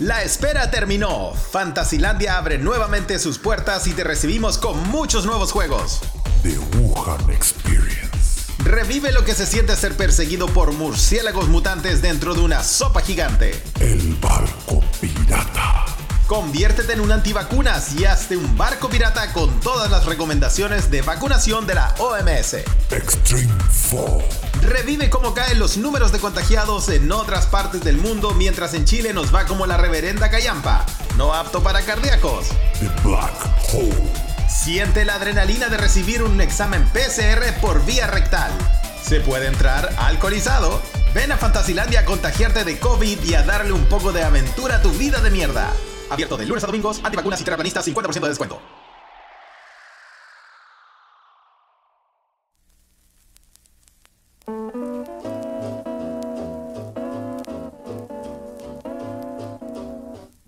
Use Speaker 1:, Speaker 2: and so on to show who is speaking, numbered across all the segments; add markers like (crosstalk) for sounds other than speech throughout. Speaker 1: La espera terminó. Fantasilandia abre nuevamente sus puertas y te recibimos con muchos nuevos juegos.
Speaker 2: The Wuhan Experience.
Speaker 1: Revive lo que se siente ser perseguido por murciélagos mutantes dentro de una sopa gigante.
Speaker 2: El barco pirata.
Speaker 1: Conviértete en un antivacunas y hazte un barco pirata con todas las recomendaciones de vacunación de la OMS.
Speaker 2: Extreme Fall.
Speaker 1: Revive cómo caen los números de contagiados en otras partes del mundo mientras en Chile nos va como la reverenda Cayampa, no apto para cardíacos.
Speaker 2: The Black Hole.
Speaker 1: Siente la adrenalina de recibir un examen PCR por vía rectal. Se puede entrar alcoholizado. Ven a Fantasilandia a contagiarte de COVID y a darle un poco de aventura a tu vida de mierda. Abierto de lunes a domingos, antivacunas y terraplanistas, 50% de descuento.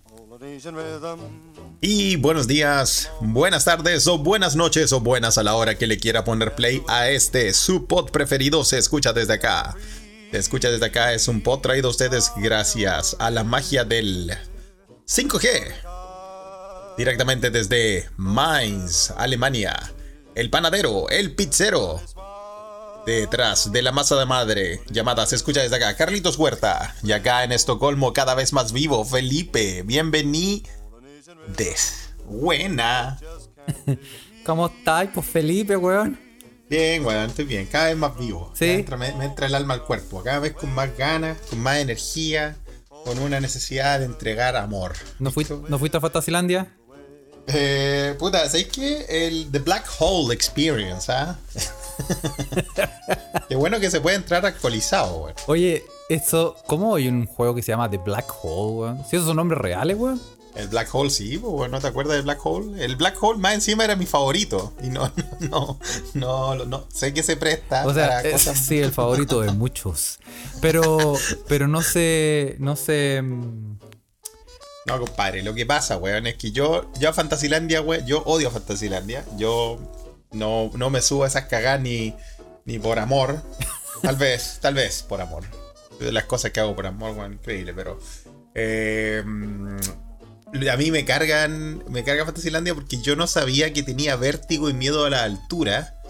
Speaker 3: Polynesian rhythm.
Speaker 1: Y buenos días, buenas tardes o buenas noches o buenas a la hora que le quiera poner play a este su pod preferido se escucha desde acá. Se escucha desde acá es un pod traído a ustedes gracias a la magia del 5G. Directamente desde Mainz, Alemania. El panadero, el pizzero. Detrás de la masa de madre, llamada se escucha desde acá, Carlitos Huerta. Y acá en Estocolmo, cada vez más vivo, Felipe. Bienvenido. Des. Buena.
Speaker 4: ¿Cómo estáis, pues Felipe, weón?
Speaker 1: Bien, weón, estoy bien. Cada vez más vivo.
Speaker 4: Sí.
Speaker 1: Me entra, me- me entra el alma al cuerpo. Cada vez con más ganas, con más energía, con una necesidad de entregar amor.
Speaker 4: ¿No, fuiste- ¿no fuiste a Fantasilandia?
Speaker 1: Eh, puta, ¿sabéis qué? El The Black Hole Experience,
Speaker 4: (laughs)
Speaker 1: ¿ah? qué bueno que se puede entrar actualizado, weón.
Speaker 4: Oye, eso, ¿cómo hay un juego que se llama The Black Hole, weón? Si esos son nombres reales, weón.
Speaker 1: El Black Hole, sí, po, weón, ¿no te acuerdas del Black Hole? El Black Hole más encima era mi favorito. Y no, (laughs) no, no, no, no. sé que se presta
Speaker 4: O sea, eh,
Speaker 1: para
Speaker 4: es-
Speaker 1: cosas
Speaker 4: sí, el favorito de muchos. Pero, pero no sé, no sé. mm,
Speaker 1: No, compadre, lo que pasa, weón, es que yo, yo a Fantasilandia, weón, yo odio a Fantasilandia. Yo no, no me subo a esas cagadas ni, ni por amor. Tal vez, tal vez por amor. De las cosas que hago por amor, weón, increíble, pero. eh, mm, a mí me cargan, me carga Fantasilandia porque yo no sabía que tenía vértigo y miedo a la altura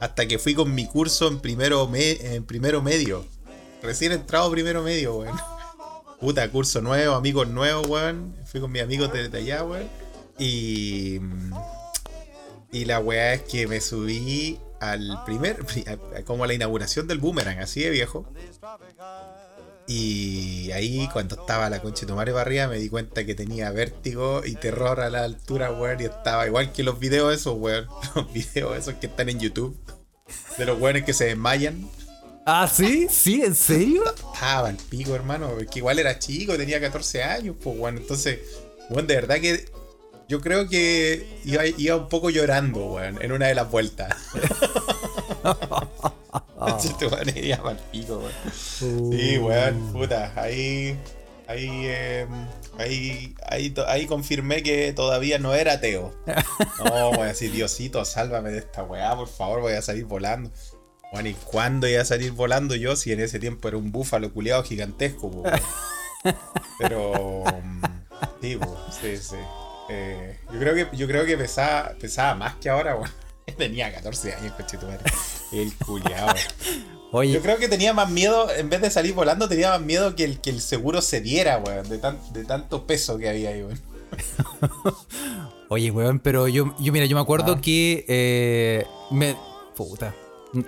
Speaker 1: hasta que fui con mi curso en primero, me- en primero medio. Recién entrado primero medio, weón. Puta, curso nuevo, amigos nuevos, weón. Fui con mis amigos de, de allá, weón. Y. Y la weá es que me subí al primer. (laughs) a- a- como a la inauguración del boomerang, así de viejo. Y ahí, cuando estaba la concha de tu madre para arriba, me di cuenta que tenía vértigo y terror a la altura, weón. Y estaba igual que los videos esos, weón. (laughs) Los videos esos que están en YouTube. De los weones que se desmayan.
Speaker 4: Ah, sí, sí, ¿en serio?
Speaker 1: Estaba al pico, hermano. Porque igual era chico, tenía 14 años, pues, bueno. Entonces, bueno, de verdad que yo creo que iba, iba un poco llorando, weón, en una de las vueltas. (laughs) Este weón iba al pico, weón. Sí,
Speaker 4: Uh.
Speaker 1: weón, puta. Ahí. Ahí, eh, ahí, ahí, to- ahí confirmé que todavía no era ateo. No, voy a decir, Diosito, sálvame de esta weá, por favor, voy a salir volando. Bueno, ¿y cuándo iba a salir volando yo si en ese tiempo era un búfalo culiado gigantesco? po, weón? Pero. mm, Sí, po, sí, sí. Eh, yo creo que, yo creo que pesaba, pesaba más que ahora, weón. (laughs) Tenía 14 años, conchetumare. El culiado.
Speaker 4: Oye,
Speaker 1: Yo creo que tenía más miedo, en vez de salir volando, tenía más miedo que el, que el seguro se diera, weón, de, tan- de tanto peso que había ahí, weón.
Speaker 4: Oye, weón, pero yo, yo mira, yo me acuerdo
Speaker 1: Ah.
Speaker 4: que eh, me. Puta.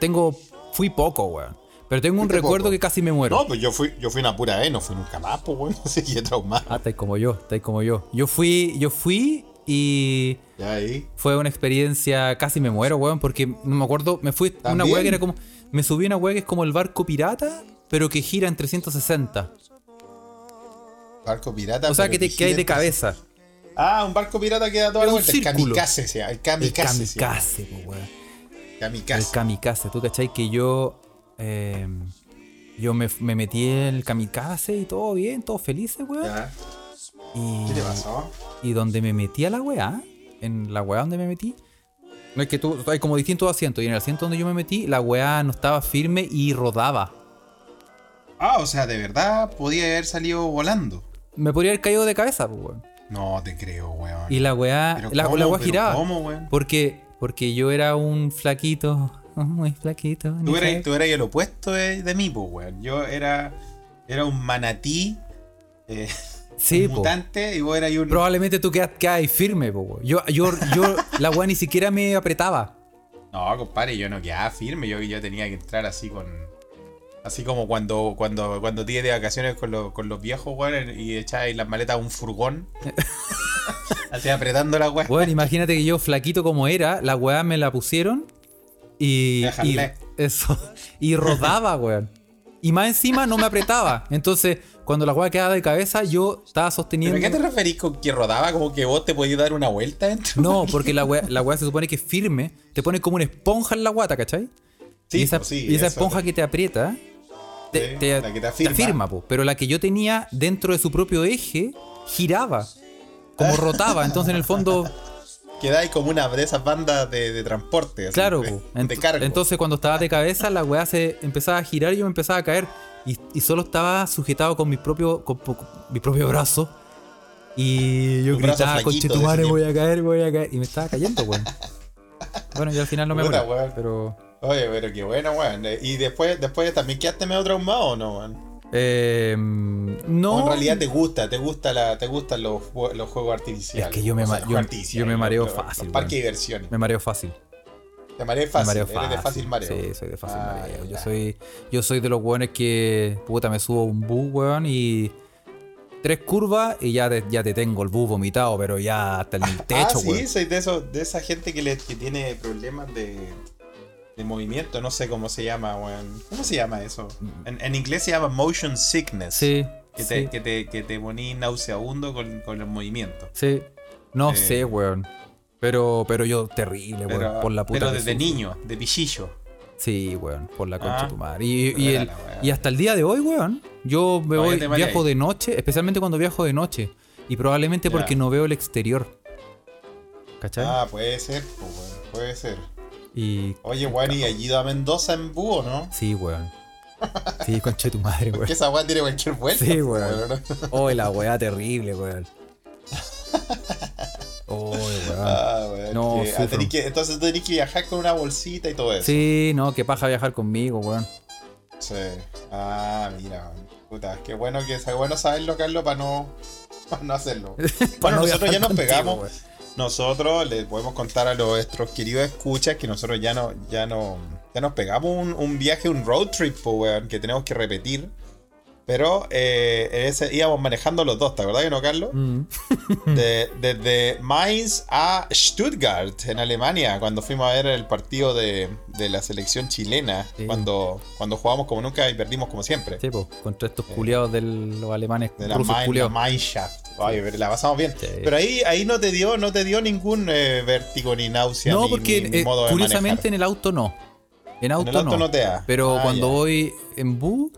Speaker 4: Tengo. Fui poco, weón. Pero tengo un
Speaker 1: Fuiste
Speaker 4: recuerdo
Speaker 1: poco.
Speaker 4: que casi me muero.
Speaker 1: No, pues yo fui, yo fui una pura E, no fui nunca más, pues, weón. (laughs) Así que traumado.
Speaker 4: Ah, estáis como yo, estáis como yo. Yo fui, yo fui y
Speaker 1: Ya ahí.
Speaker 4: fue una experiencia, casi me muero, weón, porque no me acuerdo, me fui a una
Speaker 1: También.
Speaker 4: weá que era como, me subí a una weá que es como el barco pirata, pero que gira en 360.
Speaker 1: Barco pirata.
Speaker 4: O sea,
Speaker 1: pero
Speaker 4: que te
Speaker 1: vigila
Speaker 4: caes de
Speaker 1: el-
Speaker 4: cabeza.
Speaker 1: Ah, un barco pirata que da toda
Speaker 4: Es
Speaker 1: la
Speaker 4: un
Speaker 1: vuelta. El
Speaker 4: círculo.
Speaker 1: kamikaze, sea, el
Speaker 4: El
Speaker 1: kamikaze. se llama.
Speaker 4: kamikaze, po, weón. El
Speaker 1: Kamikaze.
Speaker 4: kamikaze, tú cachai que yo. eh, yo me, me metí en el kamikaze y todo bien, todos felices, weón.
Speaker 1: Ya.
Speaker 4: Y,
Speaker 1: ¿Qué te pasó?
Speaker 4: y donde me metí a la weá, en la weá donde me metí, no es que tú, hay como distintos asientos, y en el asiento donde yo me metí, la weá no estaba firme y rodaba.
Speaker 1: Ah, o sea, de verdad podía haber salido volando.
Speaker 4: me podría haber caído de cabeza, pues, weón.
Speaker 1: No te creo, weón.
Speaker 4: Y la weá,
Speaker 1: Pero
Speaker 4: la,
Speaker 1: cómo,
Speaker 4: la weá
Speaker 1: pero
Speaker 4: giraba.
Speaker 1: cómo, weón.
Speaker 4: Porque, porque yo era un flaquito, (laughs) muy flaquito. ni
Speaker 1: Tú eres,
Speaker 4: sabes.
Speaker 1: tú eres el opuesto de, de mí, pues, weón. Yo era, era un manatí, eh, (laughs)
Speaker 4: Sí,
Speaker 1: un
Speaker 4: po.
Speaker 1: mutante, y vos eras un.
Speaker 4: Probablemente tú quedas, quedas ahí firme, po, weón. Yo, yo, yo, la weá ni siquiera me apretaba.
Speaker 1: No, compadre, yo no quedaba firme. Yo, yo tenía que entrar así con. Así como cuando cuando cuando te ibas de vacaciones con, los- con los viejos, weón, y echabais las maletas a un
Speaker 4: (laughs)
Speaker 1: furgón. (laughs) así apretando la weón.
Speaker 4: Bueno, imagínate que yo, flaquito como era, la weá me la pusieron y.
Speaker 1: La
Speaker 4: y
Speaker 1: jalé.
Speaker 4: eso. Y rodaba, weón. Y más encima no me apretaba. Entonces, cuando la weá quedaba de cabeza, yo estaba
Speaker 1: ¿Pero
Speaker 4: sosteniendo.
Speaker 1: a qué te referís con que rodaba? Como que vos te podías dar una vuelta dentro. (laughs)
Speaker 4: No, porque la weá, la weá se supone que es firme, te pone como una esponja en la guata, ¿cachai?
Speaker 1: Sí,
Speaker 4: y esa,
Speaker 1: pues sí,
Speaker 4: y esa
Speaker 1: eso.
Speaker 4: esponja que te aprieta, te,
Speaker 1: Sí,
Speaker 4: te-
Speaker 1: la que te
Speaker 4: te
Speaker 1: afirma.
Speaker 4: afirma, po. pero la que yo tenía dentro de su propio eje giraba, como rotaba, entonces en el fondo,
Speaker 1: Quedáis como una de esas bandas de, de transporte. así,
Speaker 4: claro,
Speaker 1: de,
Speaker 4: po.
Speaker 1: de
Speaker 4: Ent-
Speaker 1: cargo.
Speaker 4: entonces cuando estaba de cabeza la weá se empezaba a girar y yo me empezaba a caer y, y solo estaba sujetado con mi propio, con, con mi propio brazo. Y yo
Speaker 1: Tu brazo
Speaker 4: gritaba,
Speaker 1: flaquito de
Speaker 4: conchetumare,
Speaker 1: ese
Speaker 4: voy a caer, voy a caer. Y me estaba cayendo, weón.
Speaker 1: (laughs)
Speaker 4: bueno, yo al final no me
Speaker 1: Puta,
Speaker 4: morí,
Speaker 1: weón.
Speaker 4: pero...
Speaker 1: Oye, pero qué bueno, weón. Eh, Y después, después también quedaste medio traumado, ¿o ¿no, weón?
Speaker 4: Eh, no.
Speaker 1: O en realidad te gusta, te gusta la, te gustan los, jue- los juegos artificiales.
Speaker 4: Es que yo me
Speaker 1: O sea,
Speaker 4: ma-
Speaker 1: los
Speaker 4: yo-
Speaker 1: juegos artificiales,
Speaker 4: yo me mareo
Speaker 1: los-
Speaker 4: fácil,
Speaker 1: Los parques de
Speaker 4: weón.
Speaker 1: diversiones.
Speaker 4: Me mareo fácil.
Speaker 1: Te mareas
Speaker 4: Me
Speaker 1: fácil.
Speaker 4: mareo
Speaker 1: eres de fácil mareo.
Speaker 4: Sí, soy de fácil
Speaker 1: Ah,
Speaker 4: mareo. Yo
Speaker 1: ya.
Speaker 4: soy, yo soy de los weones que. Puta, me subo a un bus, weón, y. Tres curvas y ya te, ya te tengo el bus vomitado, pero ya hasta el
Speaker 1: ah,
Speaker 4: techo,
Speaker 1: sí,
Speaker 4: weón.
Speaker 1: soy de, esos, de esa gente que, le, que tiene problemas de, de movimiento. No sé cómo se llama, weón. ¿Cómo se llama eso? En, en inglés se llama motion sickness.
Speaker 4: Sí.
Speaker 1: Que
Speaker 4: sí,
Speaker 1: te, que te, que te poní nauseabundo con, con los movimientos.
Speaker 4: sí. No
Speaker 1: Eh.
Speaker 4: sé, weón. Pero, pero yo, terrible, weón.
Speaker 1: Pero,
Speaker 4: Por la puta.
Speaker 1: pero
Speaker 4: que
Speaker 1: desde
Speaker 4: sufro.
Speaker 1: niño, de pichillo.
Speaker 4: Sí, weón, por la concha
Speaker 1: Ah,
Speaker 4: de tu madre. Y, y
Speaker 1: verdad,
Speaker 4: el-
Speaker 1: la weá.
Speaker 4: y hasta el día de hoy, weón, yo me
Speaker 1: No, ya
Speaker 4: voy,
Speaker 1: te mareáis.
Speaker 4: viajo de noche, especialmente cuando viajo de noche. Y probablemente
Speaker 1: Ya.
Speaker 4: porque no veo el exterior. ¿Cachai?
Speaker 1: Ah, puede ser, pues, weón, puede ser.
Speaker 4: Y.
Speaker 1: Oye, weón, y Guido a Mendoza en búho, ¿no?
Speaker 4: Sí, weón. Sí, concha de tu madre,
Speaker 1: Porque
Speaker 4: weón.
Speaker 1: esa weá tiene cualquier vuelta.
Speaker 4: Pues, Sí,
Speaker 1: pues,
Speaker 4: weón. Oh, la weá terrible, weón. Oh, weón.
Speaker 1: (laughs) Ah, weón.
Speaker 4: No,
Speaker 1: que- ah,
Speaker 4: sufro.
Speaker 1: tenés que- entonces tenés que viajar con una bolsita y todo eso.
Speaker 4: Sí, no, qué paja viajar conmigo,
Speaker 1: (laughs)
Speaker 4: weón.
Speaker 1: Sí. Ah, mira, weón. puta, qué bueno que es bueno saberlo, Carlos, para no, (laughs) para no hacerlo.
Speaker 4: (laughs)
Speaker 1: Bueno,
Speaker 4: Para no
Speaker 1: nosotros
Speaker 4: viajar
Speaker 1: ya nos
Speaker 4: contigo,
Speaker 1: pegamos.
Speaker 4: weón.
Speaker 1: Nosotros les podemos contar a nuestros queridos escuchas que nosotros ya no, ya no, ya nos pegamos un, un viaje, un road trip, po, weón, que tenemos que repetir. Pero eh, ese, íbamos manejando los dos, ¿te acordás que no, Carlos?
Speaker 4: Mm.
Speaker 1: De- desde Mainz a Stuttgart, en Alemania, cuando fuimos a ver el partido de, de la selección chilena,
Speaker 4: Sí.
Speaker 1: cuando, cuando jugamos como nunca y perdimos como siempre.
Speaker 4: Sí, po, contra estos culiados de los alemanes.
Speaker 1: Eh, De la,
Speaker 4: rusos
Speaker 1: Main- la
Speaker 4: culiados.
Speaker 1: Mineshaft. Oye, pero la pasamos bien.
Speaker 4: Sí.
Speaker 1: Pero ahí, ahí no te dio, no te dio ningún eh, vértigo ni náusea.
Speaker 4: No,
Speaker 1: ni-
Speaker 4: porque
Speaker 1: ni- ni
Speaker 4: eh,
Speaker 1: modo de
Speaker 4: curiosamente
Speaker 1: manejar.
Speaker 4: en el auto no. En auto,
Speaker 1: el auto
Speaker 4: no.
Speaker 1: no te da.
Speaker 4: Pero
Speaker 1: Ah,
Speaker 4: cuando
Speaker 1: ya.
Speaker 4: voy en bus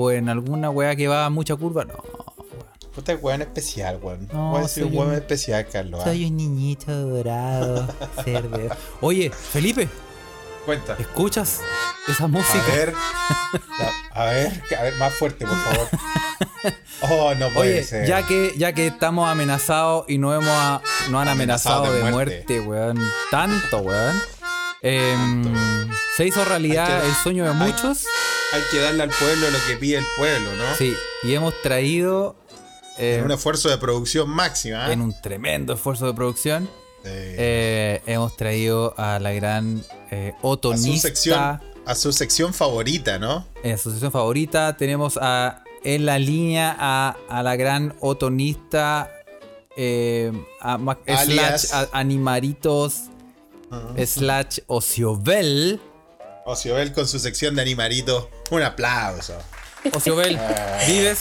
Speaker 4: o en alguna weá que va a mucha curva, no. weón.
Speaker 1: Puta, weón especial, weón.
Speaker 4: No,
Speaker 1: Voy a decir
Speaker 4: soy
Speaker 1: un weón
Speaker 4: un-
Speaker 1: especial, Carlos. ah.
Speaker 4: Soy un niñito dorado, (laughs) cerdo. Oye, Felipe, (laughs)
Speaker 1: Cuenta.
Speaker 4: ¿escuchas esa
Speaker 1: A
Speaker 4: música?
Speaker 1: ver, a ver, a ver, más fuerte, por
Speaker 4: (laughs)
Speaker 1: favor. Oh, no puede
Speaker 4: Oye,
Speaker 1: ser.
Speaker 4: ya que, ya que estamos amenazados y no, hemos a- no han amenazado,
Speaker 1: Amenazado de
Speaker 4: de
Speaker 1: muerte.
Speaker 4: muerte, weón. Tanto, weón. Em, se hizo realidad
Speaker 1: Hay que-
Speaker 4: el sueño de
Speaker 1: hay-
Speaker 4: muchos.
Speaker 1: Hay que darle al pueblo lo que pide el pueblo, ¿no?
Speaker 4: Sí, y hemos traído eh,
Speaker 1: En un esfuerzo de producción máxima. ¿eh?
Speaker 4: en un tremendo esfuerzo de producción.
Speaker 1: Eh,
Speaker 4: eh, hemos traído a la gran eh,
Speaker 1: a su sección,
Speaker 4: otonista
Speaker 1: a su sección favorita, ¿no?
Speaker 4: en su sección favorita. Tenemos a, en la línea a, a la gran otonista eh, a ma-
Speaker 1: Alias.
Speaker 4: slash a- animaritos slash
Speaker 5: (laughs)
Speaker 4: ociobel.
Speaker 1: Ociobel con su sección de animarito. Un aplauso.
Speaker 4: Ociobel,
Speaker 1: Ah.
Speaker 4: ¿vives?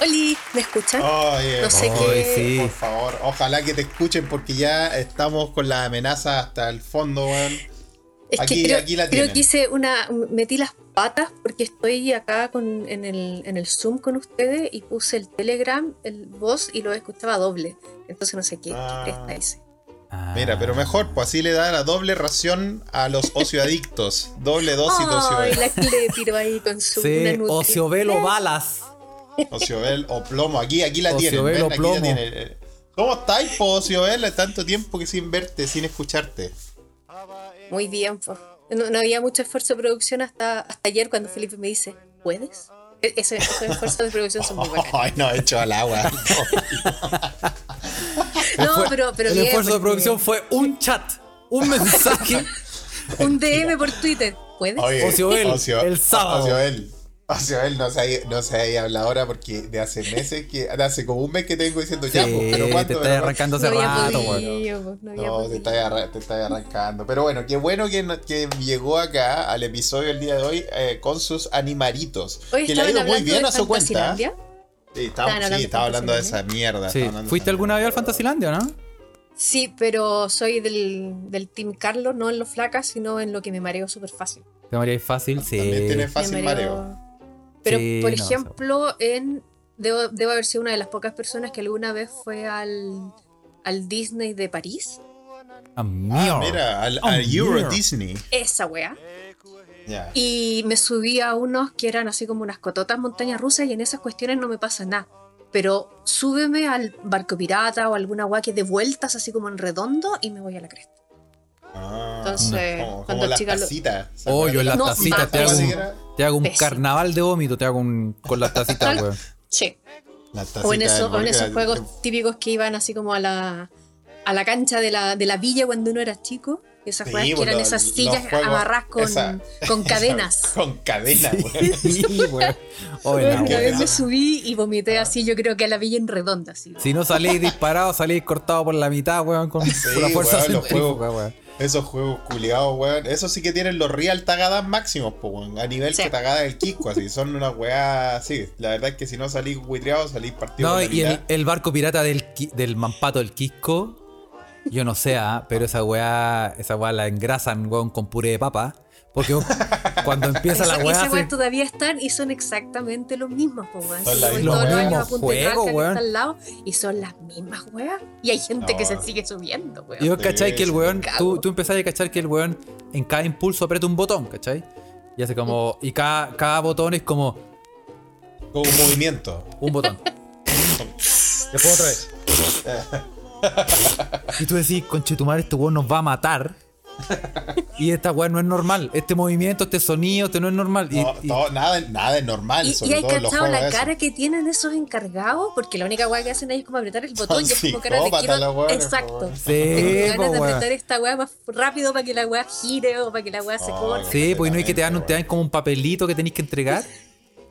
Speaker 5: Oli, ¿me escuchan?
Speaker 1: Oye,
Speaker 5: Ah, No sé
Speaker 1: por-
Speaker 4: Ay,
Speaker 5: qué-
Speaker 4: sí.
Speaker 1: por favor, ojalá que te escuchen porque ya estamos con la amenaza hasta el fondo, weón.
Speaker 5: es que
Speaker 1: aquí-
Speaker 5: creo,
Speaker 1: aquí la
Speaker 5: creo
Speaker 1: tienen.
Speaker 5: que hice una. Metí las patas porque estoy acá con, en, el, en el Zoom con ustedes y puse el Telegram, el voz y lo escuchaba doble. Entonces no sé qué
Speaker 1: Ah.
Speaker 5: cresta hice.
Speaker 1: Mira,
Speaker 5: Ah.
Speaker 1: pero mejor, pues así le da la doble ración a los ocioadictos. doble dosis de
Speaker 5: Ay,
Speaker 1: ocioadictos.
Speaker 5: la que le tiro ahí con su. una
Speaker 4: Sí,
Speaker 5: nutri-
Speaker 4: ociobel o balas.
Speaker 1: Ociobel o plomo. Aquí, aquí la tienen.
Speaker 4: Ociobel
Speaker 1: ven,
Speaker 4: o
Speaker 1: aquí la
Speaker 4: plomo.
Speaker 1: tienen. ¿Cómo estáis, po, Ociobel? Tanto tiempo que sin verte, sin escucharte.
Speaker 5: Muy bien, po. No, no había mucho esfuerzo de producción hasta, hasta ayer cuando Felipe me dice, ¿puedes? E- Ese, esos esfuerzos de
Speaker 1: (laughs)
Speaker 5: producción son muy bacanas.
Speaker 1: Ay, no, hecho al agua.
Speaker 5: (laughs) No, pero, pero
Speaker 4: el
Speaker 5: bien,
Speaker 4: esfuerzo de
Speaker 5: porque-
Speaker 4: producción fue un chat,
Speaker 1: (laughs)
Speaker 4: un mensaje.
Speaker 5: Un DM por Twitter, ¿puedes?
Speaker 1: Oye,
Speaker 4: Ocioel, el sábado.
Speaker 1: Ocioel. Ocioel no se, ha- no se haya hablado ahora porque de hace meses que. de hace como un mes que tengo diciendo ya, po,
Speaker 4: Sí,
Speaker 1: pero ¿cuánto?
Speaker 4: te
Speaker 1: Pero
Speaker 4: estás
Speaker 1: ¿cuánto?
Speaker 4: arrancando
Speaker 5: no
Speaker 4: hace
Speaker 5: había
Speaker 4: rato,
Speaker 5: podido,
Speaker 4: weón.
Speaker 5: po, no había
Speaker 1: No, te
Speaker 5: podido.
Speaker 1: estás arra- te estás arrancando. Pero bueno, qué bueno que, no- que llegó acá al episodio el día de hoy eh, con sus animaritos.
Speaker 5: Hoy
Speaker 1: que le ha ido
Speaker 5: estaban
Speaker 1: muy
Speaker 5: hablando
Speaker 1: bien
Speaker 5: de
Speaker 1: a su cuenta.
Speaker 5: Fantasilandia.
Speaker 1: Sí, estaba,
Speaker 5: Estaban hablando
Speaker 1: sí,
Speaker 5: de
Speaker 1: estaba hablando de esa
Speaker 5: Fantasilandia.
Speaker 1: mierda.
Speaker 4: Sí.
Speaker 1: estaba hablando de
Speaker 4: ¿Fuiste
Speaker 1: esa
Speaker 4: alguna vez
Speaker 1: mierda.
Speaker 4: al Fantasilandia, no?
Speaker 5: Sí, pero soy del, del Team Carlos, no en lo flaca, sino en lo que me mareo súper fácil.
Speaker 4: Te mareáis fácil, sí.
Speaker 1: También tiene
Speaker 5: Me
Speaker 1: fácil
Speaker 5: mareo-
Speaker 1: mareo.
Speaker 5: Pero,
Speaker 4: Sí,
Speaker 5: por
Speaker 4: no, eso-
Speaker 5: ejemplo, en debo, debo haber sido una de las pocas personas que alguna vez fue al, al Disney de París.
Speaker 4: Ah,
Speaker 1: Ah,
Speaker 4: mierda.
Speaker 1: mira, al,
Speaker 4: Oh,
Speaker 1: al Euro
Speaker 4: mierda.
Speaker 1: Disney.
Speaker 5: Esa wea.
Speaker 1: Ya.
Speaker 5: Y me subí a unos que eran así como unas cototas montañas rusas y en esas cuestiones no me pasa nada. Pero súbeme al barco pirata o alguna wea que de vueltas así como en redondo y me voy a la cresta.
Speaker 1: Ah,
Speaker 5: Entonces,
Speaker 1: como,
Speaker 5: cuando
Speaker 1: como las
Speaker 5: chica lo-
Speaker 1: tacitas. ¿se
Speaker 4: Oh,
Speaker 1: acuerdan
Speaker 4: yo en
Speaker 1: de
Speaker 4: las
Speaker 5: No,
Speaker 4: tacitas te hago,
Speaker 5: basta.
Speaker 4: un, te hago un
Speaker 5: Pésimo.
Speaker 4: carnaval de vómito, te hago un, con las tacitas,
Speaker 5: (laughs)
Speaker 4: weón.
Speaker 5: Sí.
Speaker 1: Las tacitas
Speaker 5: O en, eso-
Speaker 1: del
Speaker 5: o en esos
Speaker 1: volcán.
Speaker 5: juegos típicos que iban así como a la, a la cancha de la, de la villa cuando uno era chico. Esas
Speaker 1: Sí,
Speaker 5: juegas que
Speaker 1: pues,
Speaker 5: eran
Speaker 1: los-
Speaker 5: esas
Speaker 1: los
Speaker 5: sillas
Speaker 1: juegos-
Speaker 5: amarradas
Speaker 1: (laughs)
Speaker 5: con,
Speaker 1: esa-
Speaker 5: con cadenas.
Speaker 1: Con cadenas, güey.
Speaker 4: Sí, weón. Oh,
Speaker 5: Bueno,
Speaker 4: la
Speaker 5: una
Speaker 1: buena.
Speaker 5: vez
Speaker 4: weá.
Speaker 5: me subí y vomité así, yo creo que a la villa en redonda. Así.
Speaker 4: Si no salís disparado, salís cortado por la mitad, weón, con, con la fuerza
Speaker 1: weón, los
Speaker 4: centrífuga,
Speaker 1: juegos.
Speaker 4: weón.
Speaker 1: Esos juegos culiados, weón. Esos sí que tienen los real tagadas máximos, po, weón. A nivel
Speaker 5: Sí.
Speaker 1: que tagada del Kiko, así. Son una weá así. La verdad es que si no salís buitreado, salís partido.
Speaker 4: No,
Speaker 1: con la
Speaker 4: y el,
Speaker 1: mitad.
Speaker 4: el barco pirata del, qui- del mampato del Quisco, yo no sé, ah, pero esa weá, esa weá la engrasan, weón, con puré de papa.
Speaker 1: (laughs)
Speaker 4: Porque cuando empieza la
Speaker 5: Esa-
Speaker 4: weá,
Speaker 5: esas
Speaker 4: hace-
Speaker 5: weas todavía están y son exactamente los mismos, po, weón.
Speaker 1: Son
Speaker 5: Si
Speaker 1: las
Speaker 5: voy
Speaker 1: mismas
Speaker 5: todos los
Speaker 1: weas.
Speaker 5: años a Punta del
Speaker 4: Juego,
Speaker 5: Arca, que
Speaker 4: weón.
Speaker 5: está al lado, y son las mismas weas. Y hay gente que
Speaker 1: No.
Speaker 5: se sigue subiendo, weón.
Speaker 4: yo
Speaker 1: Sí,
Speaker 4: cachai que el
Speaker 1: sí,
Speaker 4: weón,
Speaker 5: me cago.
Speaker 4: tú, tú empezás a cachar que el weón en cada impulso aprieta un botón, ¿cachai? Y hace como, y cada, cada botón es como
Speaker 1: Con un movimiento.
Speaker 4: un botón. Después otra vez. Y tú decís, conche tu madre, este weón nos va a matar. Y esta weá no es normal. Este movimiento, este sonido, este no es normal. Y-
Speaker 1: No,
Speaker 4: y-
Speaker 1: todo- nada, nada es normal,
Speaker 5: Y, y
Speaker 1: sobre
Speaker 5: hay
Speaker 1: todo en los
Speaker 5: cachado
Speaker 1: juegos.
Speaker 5: la
Speaker 1: esos.
Speaker 5: cara que tienen esos encargados, porque la única weá que hacen ahí es como apretar
Speaker 1: (laughs)
Speaker 5: el botón y es como cara de
Speaker 1: psicópatas
Speaker 5: quiero.
Speaker 1: los weones, po,
Speaker 5: Exacto.
Speaker 1: weón.
Speaker 4: Sí,
Speaker 5: Tengo
Speaker 4: po,
Speaker 5: ganas de
Speaker 4: weón.
Speaker 5: apretar esta weá más rápido para que la weá gire o para que la weá se
Speaker 1: No,
Speaker 5: corte.
Speaker 4: Sí, pues no hay que te dan,
Speaker 1: Completamente,
Speaker 4: te dan como un papelito que tenés que entregar.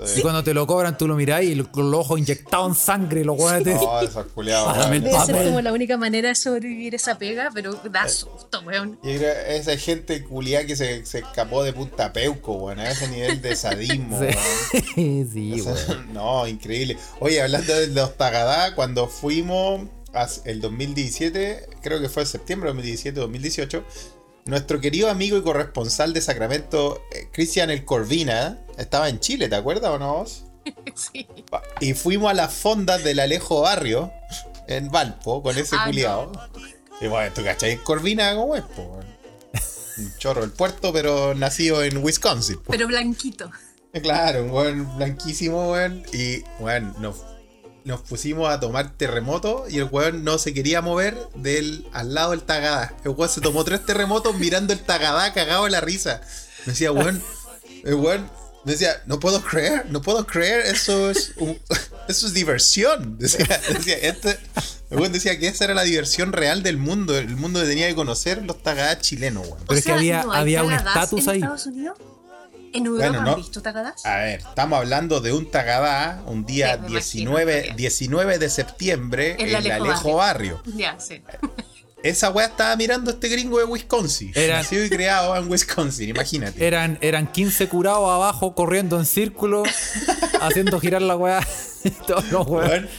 Speaker 4: Y
Speaker 1: Sí.
Speaker 4: cuando te lo cobran, tú lo mirás y lo- con los ojos inyectados en sangre, los weones te
Speaker 1: No, esos culiados,
Speaker 4: Ah,
Speaker 1: weón.
Speaker 4: me-
Speaker 5: Debe ser
Speaker 4: Papel.
Speaker 5: como la única manera de sobrevivir esa pega, pero
Speaker 1: Eh.
Speaker 5: da susto, weón.
Speaker 1: Y era esa gente culiada que se, se escapó de Punta Peuco, weón. A ese nivel de sadismo, weón.
Speaker 4: Sí, (laughs) sí,
Speaker 1: O
Speaker 4: weón.
Speaker 1: sea, (laughs) no, increíble. Oye, hablando de los Tagadá, cuando fuimos as- el 2017, creo que fue septiembre de 2017 o 2018, nuestro querido amigo y corresponsal de Sacramento, eh, Cristian El Corvina, estaba en Chile, ¿te acuerdas o no? vos?
Speaker 5: (laughs) Sí.
Speaker 1: Y fuimos a las fondas del Alejo Barrio, en Valpo, con ese
Speaker 5: Ah,
Speaker 1: culiao. Y bueno, tú cachai, Corvina, ¿cómo es? po, weón? Un chorro del puerto, pero nacido en Wisconsin. po.
Speaker 5: Pero blanquito.
Speaker 1: Claro, un weón blanquísimo, weón. Y, weón, nos, nos pusimos a tomar terremoto y el weón no se quería mover del al lado del tagadá. El weón se tomó tres terremotos mirando el tagadá cagado en la risa. Me decía, weón, el weón me decía, no puedo creer, no puedo creer, eso es, un- (laughs) eso es diversión. Decía, decía, este- el weón decía que esa era la diversión real del mundo, el mundo que tenía que conocer los tagadá chilenos, weón.
Speaker 4: Pero es que había-
Speaker 5: hay
Speaker 4: había un
Speaker 5: tagadas
Speaker 4: estatus
Speaker 5: en
Speaker 4: ahí.
Speaker 5: Estados Unidos? ¿En Europa
Speaker 1: Bueno, no. Ah.
Speaker 5: han visto tagadas?
Speaker 1: A ver, estamos hablando de un Tagadá, un día
Speaker 5: Sí, me imagino,
Speaker 1: 19,
Speaker 5: todavía.
Speaker 1: 19 de septiembre
Speaker 5: El
Speaker 1: en Alejo,
Speaker 5: Alejo
Speaker 1: Barrio.
Speaker 5: Ya, sí.
Speaker 1: Esa weá estaba mirando este gringo de Wisconsin.
Speaker 4: Era-
Speaker 1: Nacido y creado en Wisconsin, imagínate.
Speaker 4: Eran, eran 15 curados abajo corriendo en círculo, haciendo girar la weá. Todos los weones.
Speaker 1: Weón,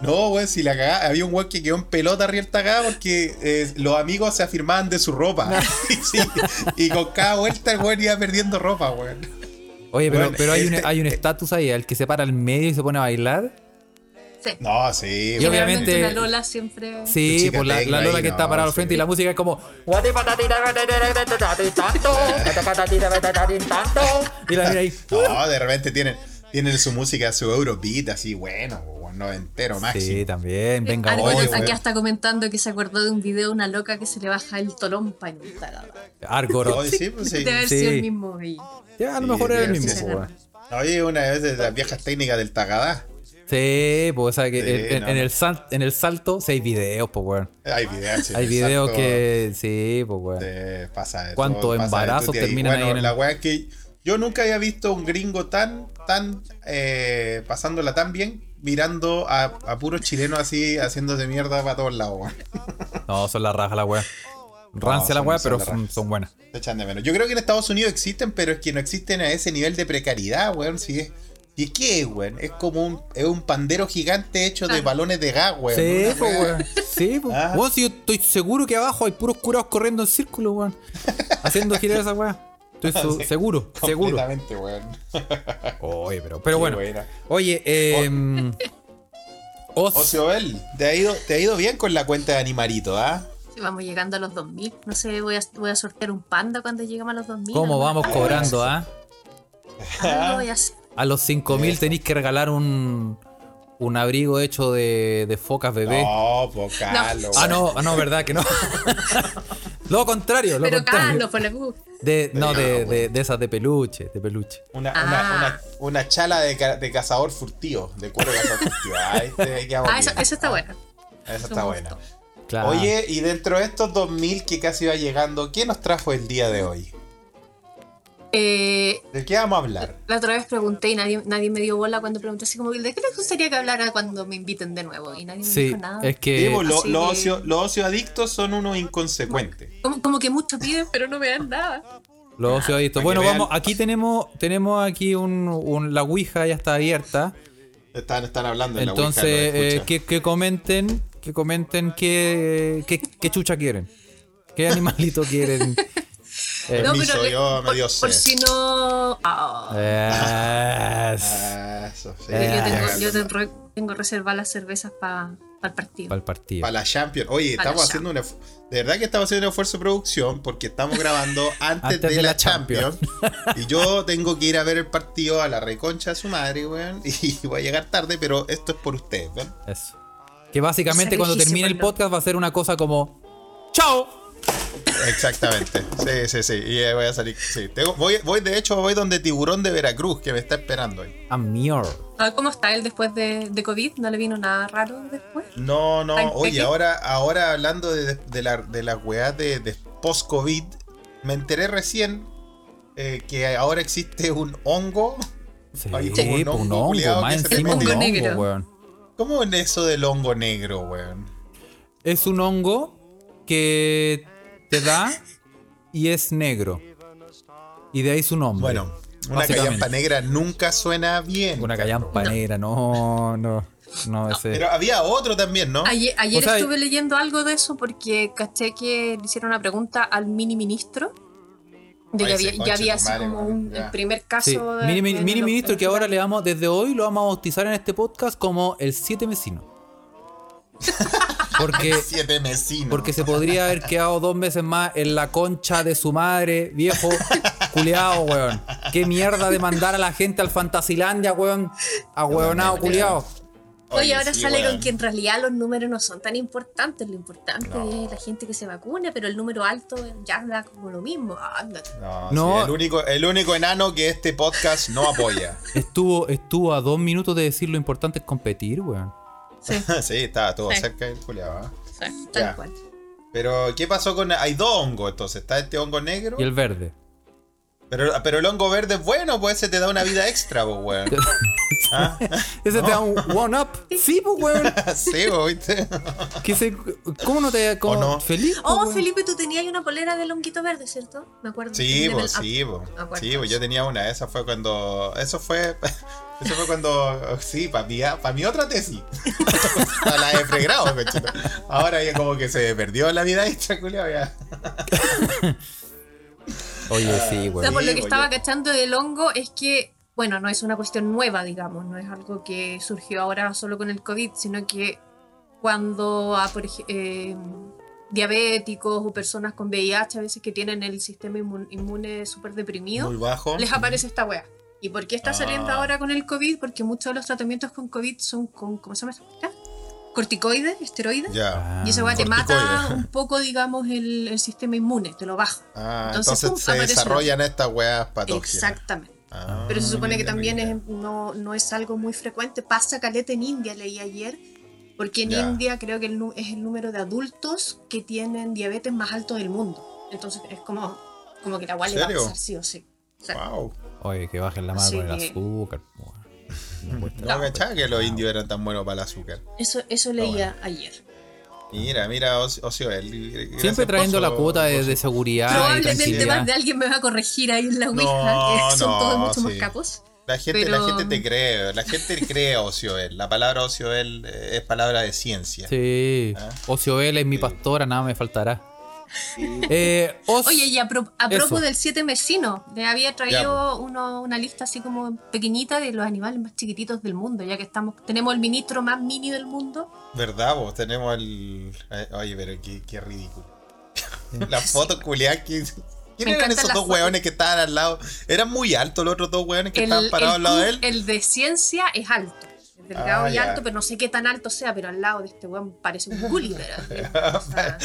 Speaker 1: No, weón, si la cagá, había un weón que quedó en pelota arriba del Tagadá porque eh, los amigos se afirmaban de su ropa. Sí, (laughs) y con cada vuelta el weón iba perdiendo ropa, weón.
Speaker 4: Oye, pero,
Speaker 1: Weón,
Speaker 4: pero hay, un,
Speaker 1: este-
Speaker 4: hay un estatus ahí, el que se para al medio y se pone a bailar.
Speaker 5: sí.
Speaker 1: No, sí.
Speaker 4: Y
Speaker 1: weón.
Speaker 4: obviamente-
Speaker 5: Generalmente una Lola siempre.
Speaker 4: Sí,
Speaker 1: Chica
Speaker 4: pues la,
Speaker 1: tecno
Speaker 4: la Lola
Speaker 1: ahí,
Speaker 4: que
Speaker 1: no,
Speaker 4: está parada al
Speaker 1: sí.
Speaker 4: frente y la música es como. Y la mira ahí.
Speaker 1: No, de repente tienen.
Speaker 4: Y la mira ahí.
Speaker 1: No, de repente tienen. Tienen su música, su Eurobeat, así bueno, weón, noventero
Speaker 4: Sí,
Speaker 1: máximo.
Speaker 4: también. Venga,
Speaker 5: Alguien
Speaker 1: oye,
Speaker 5: aquí
Speaker 1: weón.
Speaker 5: está comentando que se acordó de un video de una loca que se le baja el tolón para inventar.
Speaker 4: Argorot.
Speaker 1: Oye, sí, pues sí.
Speaker 5: Este Debe haber
Speaker 4: Sí.
Speaker 5: sido el mismo video.
Speaker 4: Ya, a lo
Speaker 1: Sí,
Speaker 4: mejor era el
Speaker 1: debe
Speaker 4: mismo.
Speaker 5: ser.
Speaker 4: po, weón.
Speaker 1: Oye, una vez de las viejas técnicas del Tagadá.
Speaker 4: Sí, pues sabes que
Speaker 1: Sí,
Speaker 4: en- en,
Speaker 1: no.
Speaker 4: en el sal- en el salto sí hay videos, pues weón.
Speaker 1: Hay videos. sí, exacto.
Speaker 4: Hay videos que. Sí, pues weón.
Speaker 1: Eh, pasa de
Speaker 4: ¿Cuánto
Speaker 1: todo, pasa de
Speaker 4: embarazo
Speaker 1: tuti ahí.
Speaker 4: terminan
Speaker 1: Bueno,
Speaker 4: ahí en el-
Speaker 1: la weá es que yo nunca había visto un gringo tan, tan, eh, pasándola tan bien, mirando a, a puros chilenos así, haciéndose mierda para todos lados, weón.
Speaker 4: No, son la raja la weá. Rancia la
Speaker 1: son-
Speaker 4: weá,
Speaker 1: son
Speaker 4: pero
Speaker 1: la
Speaker 4: son,
Speaker 1: raja.
Speaker 4: son buenas.
Speaker 1: Se echan de menos. Yo creo que en Estados Unidos existen, pero es que no existen a ese nivel de precariedad, weón. Si es, si es que, weón, es como un, es un pandero gigante hecho de balones de gas, weón.
Speaker 4: Sí,
Speaker 1: Una
Speaker 4: pues
Speaker 1: weá-
Speaker 4: weón. Sí, pues.
Speaker 1: Ah.
Speaker 4: Weón, si yo estoy seguro que abajo hay puros curados corriendo en círculo, weón. Haciendo girar esa weá. Estoy
Speaker 1: (laughs)
Speaker 4: so-
Speaker 1: Sí,
Speaker 4: seguro, seguro.
Speaker 1: Completamente, weón.
Speaker 4: Oye, pero, pero
Speaker 1: Qué
Speaker 4: bueno.
Speaker 1: buena.
Speaker 4: Oye, eh. Oz.
Speaker 1: Ocioel, te ha ido, te ha ido bien con la cuenta de Animarito, ¿ah?
Speaker 5: Sí, vamos llegando a los 2000. No sé, voy a, voy a sortear un panda cuando lleguemos a los 2000.
Speaker 4: ¿Cómo
Speaker 5: Alguna-
Speaker 4: vamos cobrando, ah?
Speaker 5: Algo voy a hacer.
Speaker 4: A los 5000 tenéis que regalar un, un abrigo hecho de, de focas bebé.
Speaker 1: No, po, Carlos,
Speaker 5: No.
Speaker 4: Ah,
Speaker 1: weón.
Speaker 4: no, ah, no,
Speaker 1: (laughs)
Speaker 4: verdad que no. lo contrario, lo
Speaker 5: Pero
Speaker 4: contrario.
Speaker 5: Carlos, pues, por la cu-
Speaker 4: De, no, de,
Speaker 1: No,
Speaker 4: de- de esas de peluche, de peluche.
Speaker 1: Una,
Speaker 5: Ah.
Speaker 1: una, una, una chala de, ca- de cazador furtivo, de cuero de cazador furtivo. este Ahí te- ahí quedamos
Speaker 5: Ah, eso,
Speaker 1: bien.
Speaker 5: eso está bueno.
Speaker 1: Ah, eso
Speaker 5: eso
Speaker 1: está
Speaker 5: me
Speaker 1: bueno.
Speaker 5: gustó.
Speaker 4: Claro.
Speaker 1: Oye, y dentro de estos 2000 que casi va llegando, ¿qué nos trajo el día de hoy?
Speaker 5: Eh,
Speaker 1: ¿De qué vamos a hablar?
Speaker 5: la otra vez pregunté y nadie, nadie me dio bola cuando pregunté así como, ¿de qué les gustaría que hablara cuando me inviten de nuevo? Y nadie me
Speaker 4: sí,
Speaker 5: dijo nada.
Speaker 4: es que.
Speaker 1: Digo, pues, lo-
Speaker 5: así
Speaker 1: los
Speaker 5: que-
Speaker 1: ocio- los ocioadictos son unos inconsecuentes.
Speaker 5: Como, como que muchos piden, pero no me dan nada.
Speaker 4: Lo ocio adicto.
Speaker 1: para que
Speaker 4: Bueno,
Speaker 1: vean.
Speaker 4: vamos, aquí tenemos, tenemos aquí un, un- la Ouija ya está abierta.
Speaker 1: Están, están hablando en
Speaker 4: Entonces,
Speaker 1: la Ouija, lo
Speaker 4: eh,
Speaker 1: escucha.
Speaker 4: que, que comenten, que comenten qué, qué, qué chucha quieren. ¿Qué animalito
Speaker 5: (laughs)
Speaker 4: quieren? Eh,
Speaker 5: No,
Speaker 1: Permiso,
Speaker 5: pero le-
Speaker 1: yo me
Speaker 5: por,
Speaker 1: dio sed.
Speaker 5: por si no... Ah.
Speaker 4: eh,
Speaker 1: Ah, eso, sí.
Speaker 5: Yo, yo tengo, yo
Speaker 1: Cagando.
Speaker 5: tengo- tengo reservadas las cervezas para el partido.
Speaker 4: Para el partido.
Speaker 1: Para la Champions. Oye,
Speaker 5: Para la
Speaker 1: estamos haciendo un esfu- De verdad que estamos haciendo un esfuerzo de producción porque estamos (laughs) grabando antes, de, la, Champions. y yo tengo que ir a ver el partido a la reconcha de su madre, weón. (laughs) Y voy a llegar tarde, pero esto es por ustedes, ¿ven?
Speaker 4: Eso. Que básicamente
Speaker 5: Esa
Speaker 4: cuando
Speaker 5: lejísima,
Speaker 4: termine el
Speaker 5: ¿no?
Speaker 4: podcast va a ser una cosa como. ¡Chao!
Speaker 1: Exactamente. Sí, sí, sí. Y eh, voy a salir. Sí. Tengo- voy, voy, de hecho, voy donde Tiburón de Veracruz, que me está esperando ahí.
Speaker 4: A mior.
Speaker 5: Ah, ¿Cómo está él después de, de COVID? ¿No le vino nada raro después?
Speaker 1: No, no.
Speaker 5: Ay,
Speaker 1: Oye,
Speaker 5: Pepe.
Speaker 1: ahora, ahora hablando de, de la, de las weas de, de post-COVID, me enteré recién eh, que ahora existe un hongo.
Speaker 4: Sí,
Speaker 1: Ay,
Speaker 4: pues,
Speaker 1: un
Speaker 4: un
Speaker 1: hongo
Speaker 4: hongo,
Speaker 1: culiao
Speaker 4: más
Speaker 1: que se
Speaker 4: encima un
Speaker 5: mete.
Speaker 4: hongo,
Speaker 5: Hongo negro.
Speaker 4: weón.
Speaker 1: ¿Cómo en eso del hongo negro, weón?
Speaker 4: Es un hongo que te da y es negro. Y de ahí su nombre.
Speaker 1: Bueno, una
Speaker 4: Básicamente.
Speaker 1: callampa negra nunca suena bien.
Speaker 4: Una callampa negra, no, no, no, ese.
Speaker 1: Pero había otro también, ¿no?
Speaker 5: Ayer, ayer
Speaker 4: O sea,
Speaker 5: estuve leyendo algo de eso porque caché que le hicieron una pregunta al mini ministro de
Speaker 1: Ay,
Speaker 5: que había,
Speaker 1: ese
Speaker 5: ya
Speaker 1: conche
Speaker 5: había
Speaker 1: tu
Speaker 5: así
Speaker 1: madre,
Speaker 5: como
Speaker 1: weón,
Speaker 5: un,
Speaker 1: ya.
Speaker 5: el primer
Speaker 4: Sí,
Speaker 5: caso de-
Speaker 4: mini,
Speaker 5: de-
Speaker 4: mini-
Speaker 5: de
Speaker 4: mini
Speaker 5: los-
Speaker 4: ministro que ahora
Speaker 5: de-
Speaker 4: le vamos, desde hoy lo vamos a bautizar en este podcast como el
Speaker 1: (laughs)
Speaker 4: siete vecino. Porque
Speaker 1: Siete mesinos.
Speaker 4: Porque se podría haber quedado dos meses más en la concha de su madre, viejo culeado, weón. Qué mierda de mandar a la gente al Fantasilandia, weón. A hueonado culeado.
Speaker 5: Oye, ahora
Speaker 1: sí,
Speaker 5: sale
Speaker 1: weón.
Speaker 5: con que en realidad los números no son tan importantes. Lo importante es la gente que se vacuna, pero el número alto ya da como lo mismo. Ah, anda.
Speaker 1: No,
Speaker 4: No.
Speaker 1: sí, el, único, el único enano que este podcast no apoya.
Speaker 5: (laughs)
Speaker 4: Estuvo, estuvo a dos minutos de decir lo importante es competir, weón.
Speaker 1: (laughs)
Speaker 5: Sí,
Speaker 1: sí, estaba todo
Speaker 5: Sí.
Speaker 1: cerca del culiao, ¿ah?
Speaker 5: sí, tal
Speaker 1: Ya.
Speaker 5: cual.
Speaker 1: Pero, ¿qué pasó con.? Hay dos hongos, entonces. Está este hongo negro.
Speaker 4: Y el verde.
Speaker 1: Pero, pero el hongo verde es bueno, pues ese te da una vida extra, pues,
Speaker 4: (laughs)
Speaker 1: weón. (laughs) ¿Ah?
Speaker 4: Ese te da un one up. Sí, pues, weón.
Speaker 1: Sí, pues, ¿viste?
Speaker 4: Que se- ¿Cómo no te cómo,
Speaker 1: ¿O no?
Speaker 4: feliz? pues,
Speaker 5: Oh,
Speaker 4: weón.
Speaker 5: Felipe, tú tenías una polera del honguito verde, ¿cierto? Me acuerdo.
Speaker 1: Sí,
Speaker 5: De-
Speaker 1: pues
Speaker 5: ah,
Speaker 1: sí, pues.
Speaker 5: me acuerdo.
Speaker 1: Sí, pues yo tenía una. Esa fue cuando. Eso fue. (laughs) Eso fue cuando. Sí, para mi, pa' mi otra tesis. (laughs) Para la de pregrado, cochino. Ahora ya como que se perdió la vida extra, culiao, ya.
Speaker 4: (laughs) Oye, sí,
Speaker 5: O sea,
Speaker 4: weón.
Speaker 5: por lo que
Speaker 1: pues,
Speaker 5: estaba
Speaker 1: yo-
Speaker 5: cachando del hongo es que, bueno, no es una cuestión nueva, digamos, no es algo que surgió ahora solo con el COVID, sino que cuando a por ej- eh, diabéticos o personas con VIH a veces que tienen el sistema inmun- inmune súper deprimido,
Speaker 1: Muy bajo.
Speaker 5: les aparece esta wea. ¿Y por qué está saliendo
Speaker 1: Ah.
Speaker 5: ahora con el COVID? Porque muchos de los tratamientos con COVID son con, ¿cómo se llama esa cuestión? Corticoides, esteroides.
Speaker 1: Ya.
Speaker 5: Y esa weá te mata
Speaker 1: corticoides.
Speaker 5: un poco, digamos, el, el sistema inmune, te lo baja.
Speaker 1: Ah, entonces,
Speaker 5: Entonces, pum,
Speaker 1: se
Speaker 5: aparece una-
Speaker 1: desarrollan estas weas patógenas.
Speaker 5: Exactamente.
Speaker 1: Ah,
Speaker 5: Pero se supone que
Speaker 1: mira,
Speaker 5: también
Speaker 1: mira.
Speaker 5: es- no, no es algo muy frecuente. Pasa caleta en India, leí ayer, porque en
Speaker 1: Ya.
Speaker 5: India creo que el nu- es el número de adultos que tienen diabetes más alto del mundo. Entonces es como, como que la guay le va a
Speaker 1: ¿Serio?
Speaker 5: pasar sí o sí. O sea,
Speaker 1: Wow.
Speaker 4: Oye, que bajen la mano
Speaker 5: Así
Speaker 4: con el
Speaker 5: que-
Speaker 4: azúcar. pues, po. No cuesta
Speaker 1: No
Speaker 4: nada.
Speaker 1: cachaba que los indios eran tan buenos para el azúcar.
Speaker 5: Eso, eso leía ayer.
Speaker 1: Mira, mira, Ocio, Ocio, él- gracias
Speaker 4: Siempre
Speaker 1: por
Speaker 4: trayendo
Speaker 1: su-
Speaker 4: la cuota de,
Speaker 1: por su-
Speaker 4: de seguridad. y
Speaker 5: Probablemente
Speaker 4: tranquilidad.
Speaker 5: más de alguien me va a corregir ahí en la Ouija,
Speaker 1: No,
Speaker 5: que son
Speaker 1: no,
Speaker 5: todos mucho más
Speaker 1: sí.
Speaker 5: capos.
Speaker 1: La gente, la
Speaker 5: pero-
Speaker 1: gente te cree, la gente cree a Ocioel. La palabra Ocioel eh, es palabra de ciencia.
Speaker 4: Sí.
Speaker 1: Ah.
Speaker 4: Ocio Vélez, mi
Speaker 1: Sí.
Speaker 4: pastora, nada me faltará. Eh, os-
Speaker 5: Oye, y a, pro- a
Speaker 4: Eso.
Speaker 5: propósito del siete vecino, le había
Speaker 1: Ya, pues.
Speaker 5: traído uno, una lista así como pequeñita de los animales más chiquititos del mundo, ya que estamos tenemos el ministro más mini del mundo.
Speaker 1: ¿Verdad? Vos tenemos el. eh, Oye, pero qué, qué ridículo. (laughs) Las fotos culiadas que. ¿Quiénes eran
Speaker 5: encantan
Speaker 1: esos
Speaker 5: las
Speaker 1: dos
Speaker 5: fotos.
Speaker 1: hueones que estaban al lado? Eran muy altos los otros dos hueones que
Speaker 5: El,
Speaker 1: estaban parados al
Speaker 5: el
Speaker 1: lado de
Speaker 5: cu-
Speaker 1: él.
Speaker 5: el de ciencia es alto, es delgado
Speaker 1: Ah,
Speaker 5: y
Speaker 1: ya.
Speaker 5: alto, pero no sé qué tan alto sea, pero al lado de este weón parece un Gulliver.
Speaker 1: (laughs)
Speaker 5: así, o sea,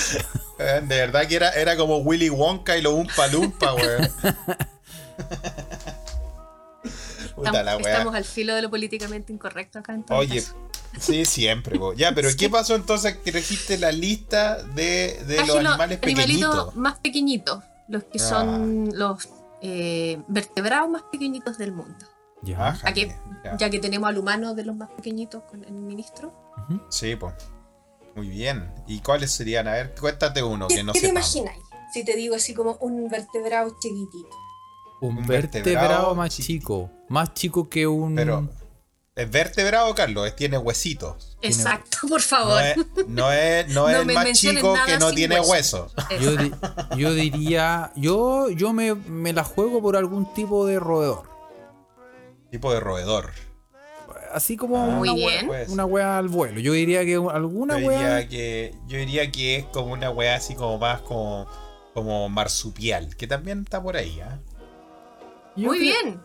Speaker 1: Eh, De verdad que era, era como Willy Wonka y los Umpa Lumpa, weón. Puta la
Speaker 5: estamos,
Speaker 1: weá.
Speaker 5: estamos al filo de lo políticamente incorrecto acá en todo
Speaker 1: Oye,
Speaker 5: caso.
Speaker 1: sí, siempre, po. Ya, pero ¿qué pasó entonces que trajiste la lista de, de los
Speaker 5: Traje los
Speaker 1: animales
Speaker 5: animalitos
Speaker 1: pequeñitos?
Speaker 5: más pequeñitos, los que
Speaker 1: Ah.
Speaker 5: son los eh, vertebrados más pequeñitos del mundo.
Speaker 4: Ya.
Speaker 1: Ajá,
Speaker 5: Aquí,
Speaker 1: ya.
Speaker 5: ya que tenemos al humano de los más pequeñitos con el ministro.
Speaker 1: Sí, pues. Muy bien. ¿Y cuáles serían? A ver, cuéntate uno que no sepamos.
Speaker 5: si te digo así como un vertebrado chiquitito?
Speaker 4: Un
Speaker 1: Un
Speaker 4: vertebrado
Speaker 1: vertebrado
Speaker 4: más chico. Más chico que un.
Speaker 1: Pero, ¿es vertebrado, Carlos? Es- Tiene huesitos.
Speaker 5: Exacto, por
Speaker 1: No
Speaker 5: favor.
Speaker 1: es, no es, no
Speaker 5: Oh. (laughs) No
Speaker 1: es el
Speaker 5: me
Speaker 1: más
Speaker 5: menciones
Speaker 1: chico
Speaker 5: nada
Speaker 1: que no
Speaker 5: sin
Speaker 1: tiene
Speaker 5: hueso.
Speaker 1: hueso.
Speaker 4: Yo,
Speaker 5: Exacto.
Speaker 4: di- yo diría. Yo, yo me, me la juego por algún tipo de roedor.
Speaker 1: Tipo de roedor.
Speaker 4: Así como
Speaker 1: Ah,
Speaker 4: una,
Speaker 5: muy
Speaker 4: wea,
Speaker 5: bien.
Speaker 1: Pues.
Speaker 4: una wea al vuelo. Yo diría que alguna
Speaker 1: yo
Speaker 4: wea.
Speaker 1: diría que yo diría que es como una weá así como más como como marsupial que también está por ahí ¿ah?
Speaker 4: yo
Speaker 5: Muy
Speaker 4: creo-
Speaker 5: bien.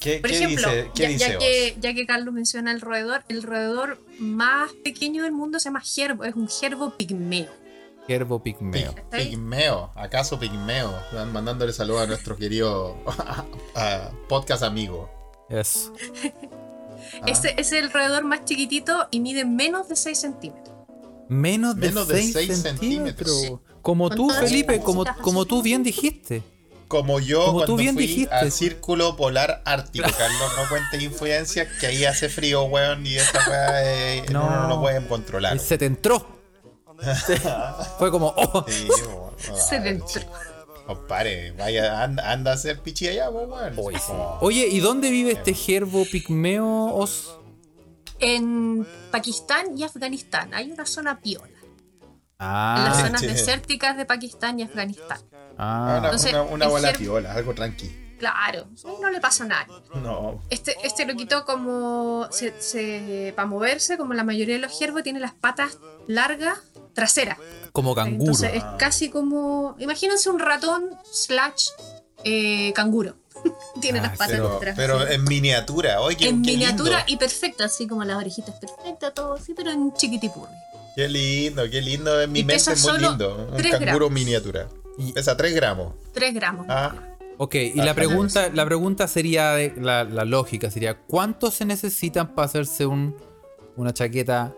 Speaker 1: ¿Qué,
Speaker 5: Por
Speaker 1: qué
Speaker 5: ejemplo,
Speaker 1: dice, qué
Speaker 5: ya,
Speaker 1: dice
Speaker 5: ya
Speaker 1: vos?
Speaker 5: que, ya que Carlos menciona el roedor, el roedor más pequeño del mundo se llama gerbo, es un gerbo pigmeo.
Speaker 4: Gerbo pigmeo.
Speaker 1: Pi-
Speaker 5: ¿Está ahí?
Speaker 1: Pigmeo, acaso Pigmeo, Están mandándole saludos a nuestro querido a- podcast amigo.
Speaker 4: Eso.
Speaker 1: ¿ah?
Speaker 5: Ese, ese es el roedor más chiquitito y mide menos de 6 centímetros.
Speaker 4: Menos de
Speaker 1: Menos de
Speaker 4: 6
Speaker 1: seis
Speaker 4: centímetros.
Speaker 1: centímetros.
Speaker 4: Como
Speaker 5: Con
Speaker 4: tú,
Speaker 5: todas las
Speaker 4: Felipe, como,
Speaker 5: cositas
Speaker 4: como
Speaker 5: así.
Speaker 4: tú bien dijiste.
Speaker 1: Como yo
Speaker 4: Como tú
Speaker 1: cuando
Speaker 4: bien
Speaker 1: fui
Speaker 4: dijiste.
Speaker 1: al círculo polar ártico, Carlos, no cuentes influencias que ahí hace frío, weón, y esa weá eh,
Speaker 4: No.
Speaker 1: no. no lo pueden controlar.
Speaker 4: Eh, Se te entró. (laughs) Fue como, oh,
Speaker 1: Sí,
Speaker 4: (laughs)
Speaker 1: weón, no,
Speaker 5: Se le
Speaker 1: ay,
Speaker 5: entró.
Speaker 1: Compadre, vaya, anda, anda a hacer pichi allá, pues, weón.
Speaker 4: Oye, sí.
Speaker 1: Oh.
Speaker 4: Oye, ¿y dónde vive este gerbo pigmeo? Os?
Speaker 5: En Pakistán y Afganistán hay una zona piola. en las
Speaker 4: Ah,
Speaker 5: zonas
Speaker 1: sí.
Speaker 5: desérticas de Pakistán y Afganistán.
Speaker 4: ah,
Speaker 5: Entonces,
Speaker 1: una una
Speaker 5: el
Speaker 1: bola
Speaker 5: ser-
Speaker 1: piola, algo tranqui.
Speaker 5: Claro, ahí no le pasa nada.
Speaker 1: No.
Speaker 5: Este, este lo quitó como se, para moverse, como la mayoría de los ciervos, tiene las patas largas traseras.
Speaker 4: como canguro.
Speaker 5: Entonces eh,
Speaker 1: Ah.
Speaker 5: es casi como, imagínense un ratón slash eh, canguro. (laughs) tiene
Speaker 4: Ah,
Speaker 5: las patas
Speaker 1: Pero,
Speaker 5: traseras.
Speaker 1: pero en miniatura, oye.
Speaker 5: en
Speaker 1: qué
Speaker 5: miniatura
Speaker 1: lindo.
Speaker 5: y perfecta, así como las orejitas perfectas, todo así, pero en chiquitipurri.
Speaker 1: Qué lindo, qué lindo. En mi
Speaker 5: Y
Speaker 1: mente
Speaker 5: pesa
Speaker 1: es muy
Speaker 5: solo
Speaker 1: lindo. Un
Speaker 5: tres
Speaker 1: canguro
Speaker 5: gramos.
Speaker 1: miniatura.
Speaker 4: Y-
Speaker 1: Pesa 3 gramos.
Speaker 5: 3 gramos.
Speaker 1: Ah, (laughs)
Speaker 4: ok, y la
Speaker 1: Ajá.
Speaker 4: pregunta, la pregunta sería, de- la, la lógica sería, ¿cuántos se necesitan para hacerse un, una chaqueta?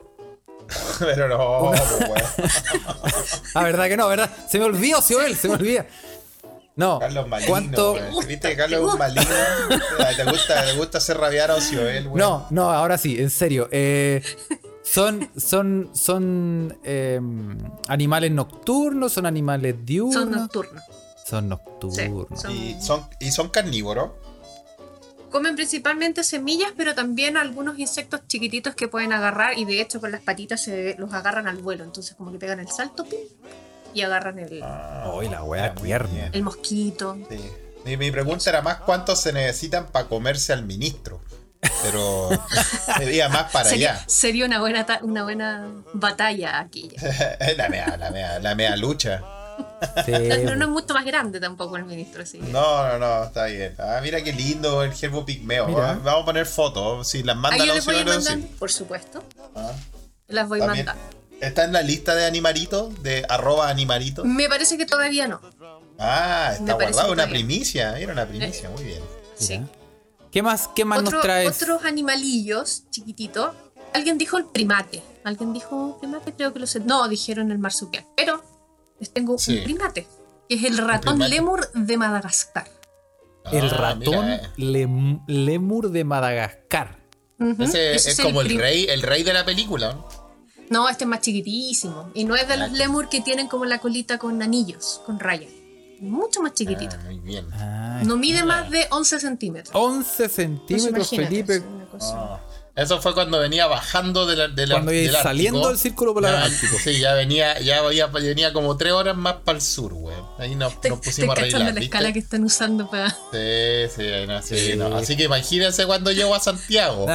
Speaker 1: pero no, pues, weón.
Speaker 4: Ah, ¿verdad que no? ¿Verdad? Se me olvidó, Sioel, se me olvida. No,
Speaker 1: Carlos Malino.
Speaker 4: ¿cuánto?
Speaker 1: weón.
Speaker 5: gusta,
Speaker 1: ¿Viste?
Speaker 5: te
Speaker 1: Carlos es un
Speaker 5: gusta.
Speaker 1: malino. Ah, ¿Te gusta, te gusta hacer rabiar a Ocioel, weón?
Speaker 4: No, no, ahora sí, en serio. Eh, son son, son eh, animales nocturnos, son animales diurnos.
Speaker 5: Son nocturnos.
Speaker 4: Son
Speaker 5: Sí,
Speaker 4: nocturnos.
Speaker 5: son-
Speaker 1: Y son, y son carnívoros.
Speaker 5: Comen principalmente semillas, pero también algunos insectos chiquititos que pueden agarrar y de hecho con las patitas se los agarran al vuelo. Entonces como que pegan el salto pim, y agarran el,
Speaker 4: Ay, la weá
Speaker 1: Ah, muy
Speaker 4: tierna.
Speaker 1: bien.
Speaker 5: el mosquito.
Speaker 1: Sí. Mi, mi pregunta era más cuántos se necesitan para comerse al ministro. Pero
Speaker 5: (laughs)
Speaker 1: sería más para
Speaker 5: Sería,
Speaker 1: allá.
Speaker 5: sería una,
Speaker 1: (laughs)
Speaker 5: buena ta- una buena batalla aquella.
Speaker 1: la mea, la mea, la mea lucha.
Speaker 4: Sí,
Speaker 5: No, no- no es mucho más grande tampoco el ministro, así que-
Speaker 1: Eh, No, no, no, está bien. Ah, mira qué lindo el gerbo pigmeo.
Speaker 4: Mira.
Speaker 1: Ah, Vamos a poner fotos. Si las
Speaker 5: Ah,
Speaker 1: manda
Speaker 5: yo
Speaker 1: la
Speaker 5: les voy a
Speaker 1: ciudadana,
Speaker 5: mandar,
Speaker 1: sí.
Speaker 5: por supuesto.
Speaker 1: Ah,
Speaker 5: Las voy
Speaker 1: también.
Speaker 5: mandando.
Speaker 1: Está en la lista de animaritos, de arroba animaritos.
Speaker 5: Me parece que todavía no.
Speaker 1: Ah,
Speaker 5: Mm. Me
Speaker 1: está
Speaker 5: parece Eh.
Speaker 1: guardado, una
Speaker 5: muy bien.
Speaker 1: primicia. Era una primicia, muy bien.
Speaker 5: Sí.
Speaker 4: ¿Qué más, qué más
Speaker 5: Otro-
Speaker 4: nos traes?
Speaker 5: Otros animalillos chiquititos. Alguien dijo el primate. Alguien dijo primate, creo que lo sé. No, dijeron el marsupial. Pero les tengo
Speaker 1: Sí.
Speaker 5: un primate, que es el ratón
Speaker 1: primate.
Speaker 5: lemur de Madagascar.
Speaker 4: El
Speaker 1: Ah,
Speaker 4: ratón
Speaker 1: mira.
Speaker 4: lem- lemur de Madagascar.
Speaker 5: Ujú,
Speaker 1: Ese
Speaker 5: ese
Speaker 1: es como el
Speaker 5: prim-
Speaker 1: rey, el rey de la película. ¿no?
Speaker 5: No, este es más chiquitísimo. Y no es de
Speaker 1: Ah,
Speaker 5: los lemur que tienen como la colita con anillos, con rayas. Mucho más chiquitito.
Speaker 1: Ah, muy bien.
Speaker 4: Ah,
Speaker 5: No mide más de 11 centímetros.
Speaker 4: 11
Speaker 5: Pues
Speaker 4: centímetros,
Speaker 5: imagínate, es
Speaker 4: Felipe.
Speaker 5: una cosa.
Speaker 1: Ah. Eso fue cuando venía bajando de la, de la-
Speaker 4: Cuando iba
Speaker 1: del Ártico.
Speaker 4: saliendo del círculo polar
Speaker 1: Ya,
Speaker 4: ártico.
Speaker 1: Sí, ya venía, ya había- venía como tres horas más para el sur, güey. Ahí nos,
Speaker 5: Estoy,
Speaker 1: nos
Speaker 5: estoy
Speaker 1: pusimos a
Speaker 5: cachando
Speaker 1: arreglar.
Speaker 5: la
Speaker 1: ¿viste?
Speaker 5: escala que están usando para.
Speaker 1: Sí, sí, ahí no, sí,
Speaker 4: Sí.
Speaker 1: no. Así que imagínense cuando llego a
Speaker 4: (laughs)
Speaker 1: Santiago.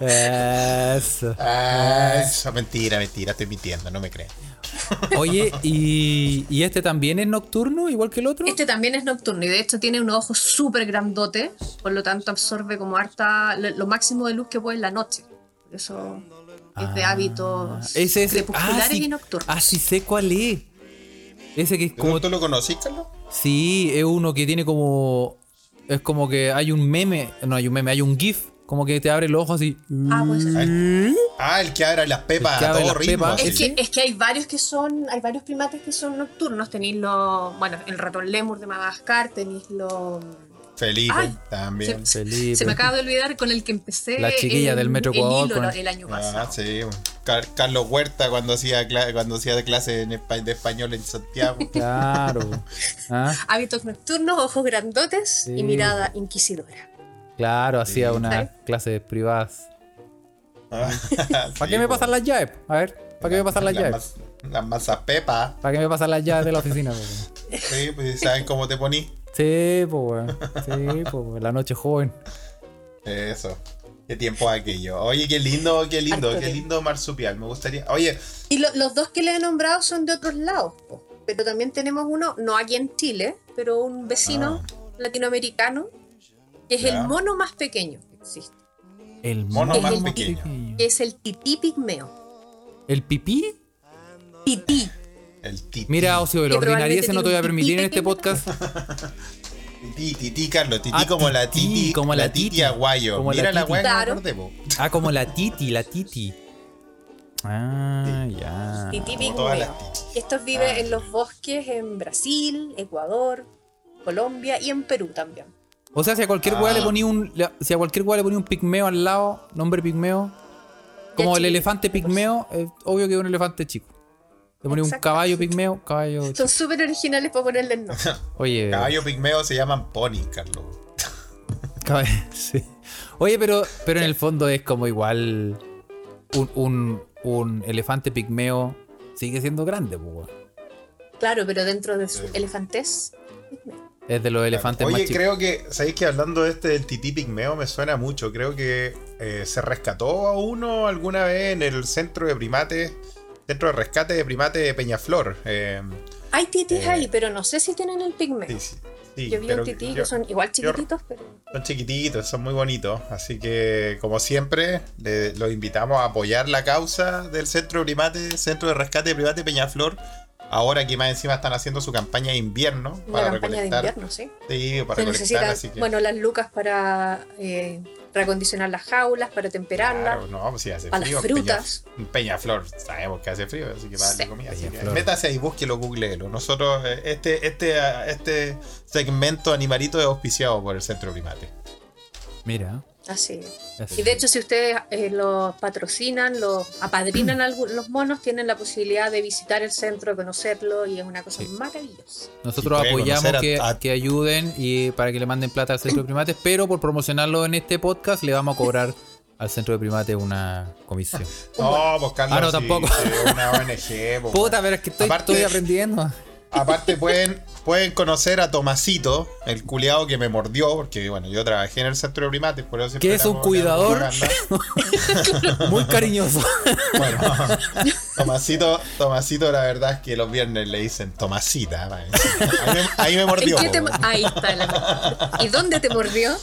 Speaker 4: Eso.
Speaker 1: Ah, eso, mentira, mentira, estoy mintiendo, no me crean.
Speaker 4: Oye, ¿y, y este también es nocturno, igual que el otro?
Speaker 5: (laughs) Este también es nocturno y de hecho tiene unos ojos súper grandotes, por lo tanto absorbe como harta lo lo máximo de luz que puede en la noche. Por eso es de
Speaker 4: Ah,
Speaker 5: hábitos
Speaker 4: ese es
Speaker 5: crepusculares
Speaker 4: sí,
Speaker 5: y nocturnos.
Speaker 4: Ah, sí sé cuál es. Ese que es
Speaker 1: ¿Cómo
Speaker 4: como
Speaker 1: tú lo conocís, Carlos?
Speaker 4: Sí, es uno que tiene como. Es como que hay un meme. No hay un meme, hay un GIF. Como que te abre el ojo así.
Speaker 5: Ah, pues,
Speaker 1: Ah, el que abre las pepas
Speaker 4: El que
Speaker 1: a
Speaker 4: abre
Speaker 1: todo
Speaker 4: las
Speaker 1: ritmo.
Speaker 4: pepas.
Speaker 1: así.
Speaker 5: es, que, es que hay varios que son, hay varios primates que son nocturnos. Tenéis los, bueno, el ratón lemur de Madagascar, tenéis los...
Speaker 1: Felipe
Speaker 5: Ay,
Speaker 1: también.
Speaker 5: se,
Speaker 4: Felipe.
Speaker 5: se me acaba de olvidar con el que empecé
Speaker 4: pues, La chiquilla
Speaker 5: el-
Speaker 4: del Metro
Speaker 5: el
Speaker 4: Ecuador
Speaker 5: hilo
Speaker 4: con-
Speaker 5: lo- el año pasado.
Speaker 1: Ah, sí. bueno. Car- Carlos Huerta cuando hacía cla- cuando hacía clase en espa- de español en
Speaker 4: (laughs)
Speaker 1: Santiago.
Speaker 4: Claro. Ah,
Speaker 5: Hábitos nocturnos, ojos grandotes
Speaker 4: Sí.
Speaker 5: y mirada inquisidora.
Speaker 4: Claro, hacía
Speaker 1: Sí.
Speaker 4: unas clases privadas.
Speaker 1: Ah, (laughs) ¿Para
Speaker 4: ¿Para qué me pasan las llaves? A ver, ¿para qué me pasan las llaves?
Speaker 1: Las masas pepas.
Speaker 4: ¿Para qué me pasan las llaves de la oficina? po, weón?
Speaker 1: Sí, pues saben cómo te poní.
Speaker 4: (laughs) Sí, pues, weón. Sí, pues, weón. la noche joven.
Speaker 1: Eso. Qué tiempo aquello. Oye, qué lindo, qué lindo,
Speaker 5: Harto
Speaker 1: qué
Speaker 5: tiempo.
Speaker 1: lindo marsupial. Me gustaría. Oye,
Speaker 5: Y lo- los dos que le he nombrado son de otros lados, po. pero también tenemos uno, no aquí en Chile, pero un vecino latinoamericano, que es
Speaker 1: Ah. Ya.
Speaker 5: el mono más pequeño que existe,
Speaker 4: El
Speaker 1: Mono
Speaker 4: mono
Speaker 5: más
Speaker 4: más
Speaker 1: pequeño.
Speaker 4: pequeño.
Speaker 5: que es el tití pigmeo.
Speaker 4: ¿El pipí?
Speaker 5: Tití.
Speaker 1: el tití.
Speaker 4: Mira, Ocio, de la
Speaker 5: Que probablemente
Speaker 4: ordinariese no te voy a
Speaker 5: tiene un
Speaker 4: permitir en
Speaker 5: pipí
Speaker 4: este podcast.
Speaker 1: Tití, tití, Carlos. Tití
Speaker 4: Ah,
Speaker 1: como la
Speaker 4: tití,
Speaker 1: titi.
Speaker 4: como la
Speaker 1: titi.
Speaker 4: titi.
Speaker 1: aguayo.
Speaker 4: Como la
Speaker 1: Mira la
Speaker 4: titi.
Speaker 1: weá que me
Speaker 5: Claro.
Speaker 1: acordé, po.
Speaker 4: Ah, como la Titi, la Titi. Ah, ya.
Speaker 5: Tití
Speaker 1: como todas las
Speaker 5: pigmeo. Y estos viven
Speaker 1: Ah.
Speaker 5: en los bosques en Brasil, Ecuador, Colombia y en Perú también.
Speaker 4: O sea, si a cualquier
Speaker 1: Ah.
Speaker 4: weá le ponía un. le- Si a cualquier weá le ponía un pigmeo al lado, nombre pigmeo. Como el
Speaker 5: chiquitito,
Speaker 4: elefante pigmeo, es obvio que es un elefante chico. Le ponía un
Speaker 5: Exacto.
Speaker 4: caballo pigmeo, caballo. chico.
Speaker 5: Son súper originales para ponerle
Speaker 1: (laughs)
Speaker 5: el nombre.
Speaker 4: Oye.
Speaker 1: Caballo pigmeo se llaman pony, Carlos.
Speaker 4: caballo- (laughs) sí. Oye, pero, pero en el fondo es como igual. Un, un, un elefante pigmeo sigue siendo grande, pues. weón.
Speaker 5: Claro, pero dentro de su
Speaker 1: Sí.
Speaker 5: elefantez.
Speaker 4: Es de los elefantes
Speaker 1: Oye,
Speaker 4: más chicos.
Speaker 1: creo que, ¿sabéis que hablando de este del tití pigmeo me suena mucho? Creo que eh, se rescató a uno alguna vez en el centro de primates, centro de rescate de primates de Peñaflor. eh,
Speaker 5: Hay titis
Speaker 1: Eh.
Speaker 5: ahí, pero no sé si tienen el pigmeo.
Speaker 1: sí, sí, sí,
Speaker 5: Yo vi
Speaker 1: pero
Speaker 5: un tití
Speaker 1: yo-
Speaker 5: que son igual
Speaker 1: yo-
Speaker 5: chiquititos, pero.
Speaker 1: son chiquititos, son muy bonitos. Así que, como siempre, le- los invitamos a apoyar la causa del centro de primates, centro de rescate de primates Peñaflor. Ahora que más encima están haciendo su campaña de invierno
Speaker 5: Una
Speaker 1: para
Speaker 5: campaña de
Speaker 1: recolectar.
Speaker 5: invierno, sí.
Speaker 1: Sí, para
Speaker 5: Se
Speaker 1: recolectar,
Speaker 5: necesitan,
Speaker 1: así que.
Speaker 5: bueno, las lucas para eh, reacondicionar las jaulas, para temperarlas.
Speaker 1: Claro, no, pues si hace
Speaker 5: a las
Speaker 1: frío.
Speaker 5: frutas.
Speaker 1: Peña- Peñaflor, sabemos que hace frío, así que va a darle
Speaker 5: Sí.
Speaker 1: comida. así que
Speaker 4: Peñaflor.
Speaker 1: métase ahí, búsquelo, googleelo. Nosotros, eh, este, este, ah, este segmento animalito es auspiciado por el Centro Primate.
Speaker 4: Mira.
Speaker 5: Así.
Speaker 4: así.
Speaker 5: Y de hecho, si ustedes eh, los patrocinan, los
Speaker 1: Mm.
Speaker 5: apadrinan a algu- los monos, tienen la posibilidad de visitar el centro, conocerlo y es una cosa
Speaker 4: Sí.
Speaker 5: maravillosa.
Speaker 4: Nosotros
Speaker 1: Y puede
Speaker 4: apoyamos
Speaker 1: conocer
Speaker 4: que,
Speaker 1: a- a-
Speaker 4: que ayuden y para que le manden plata al Centro de Primates, pero por promocionarlo en este podcast le vamos a
Speaker 1: (laughs)
Speaker 4: cobrar al Centro de Primates una comisión.
Speaker 1: No, pues Carlos,
Speaker 4: Ah, no,
Speaker 1: sí,
Speaker 4: tampoco.
Speaker 1: sí, es una ONG. pues,
Speaker 4: Puta, (laughs)
Speaker 1: bueno.
Speaker 4: pero es que estoy,
Speaker 1: Aparte-
Speaker 4: estoy aprendiendo.
Speaker 1: Aparte pueden, pueden conocer a Tomasito, el culiado que me mordió, porque bueno, yo trabajé en el centro de primates, por eso siempre
Speaker 4: Que es
Speaker 1: estamos
Speaker 4: un cuidador.
Speaker 1: hablando de
Speaker 4: Muy cariñoso.
Speaker 1: propaganda.
Speaker 4: (laughs)
Speaker 1: Bueno, Tomasito, Tomasito, la verdad es que los viernes le dicen Tomasita. va. Ahí me, ahí me
Speaker 5: ¿En
Speaker 1: mordió. pues,
Speaker 5: qué te
Speaker 1: po,
Speaker 5: mo-
Speaker 1: weón.
Speaker 5: Ahí está la- ¿Y dónde te mordió?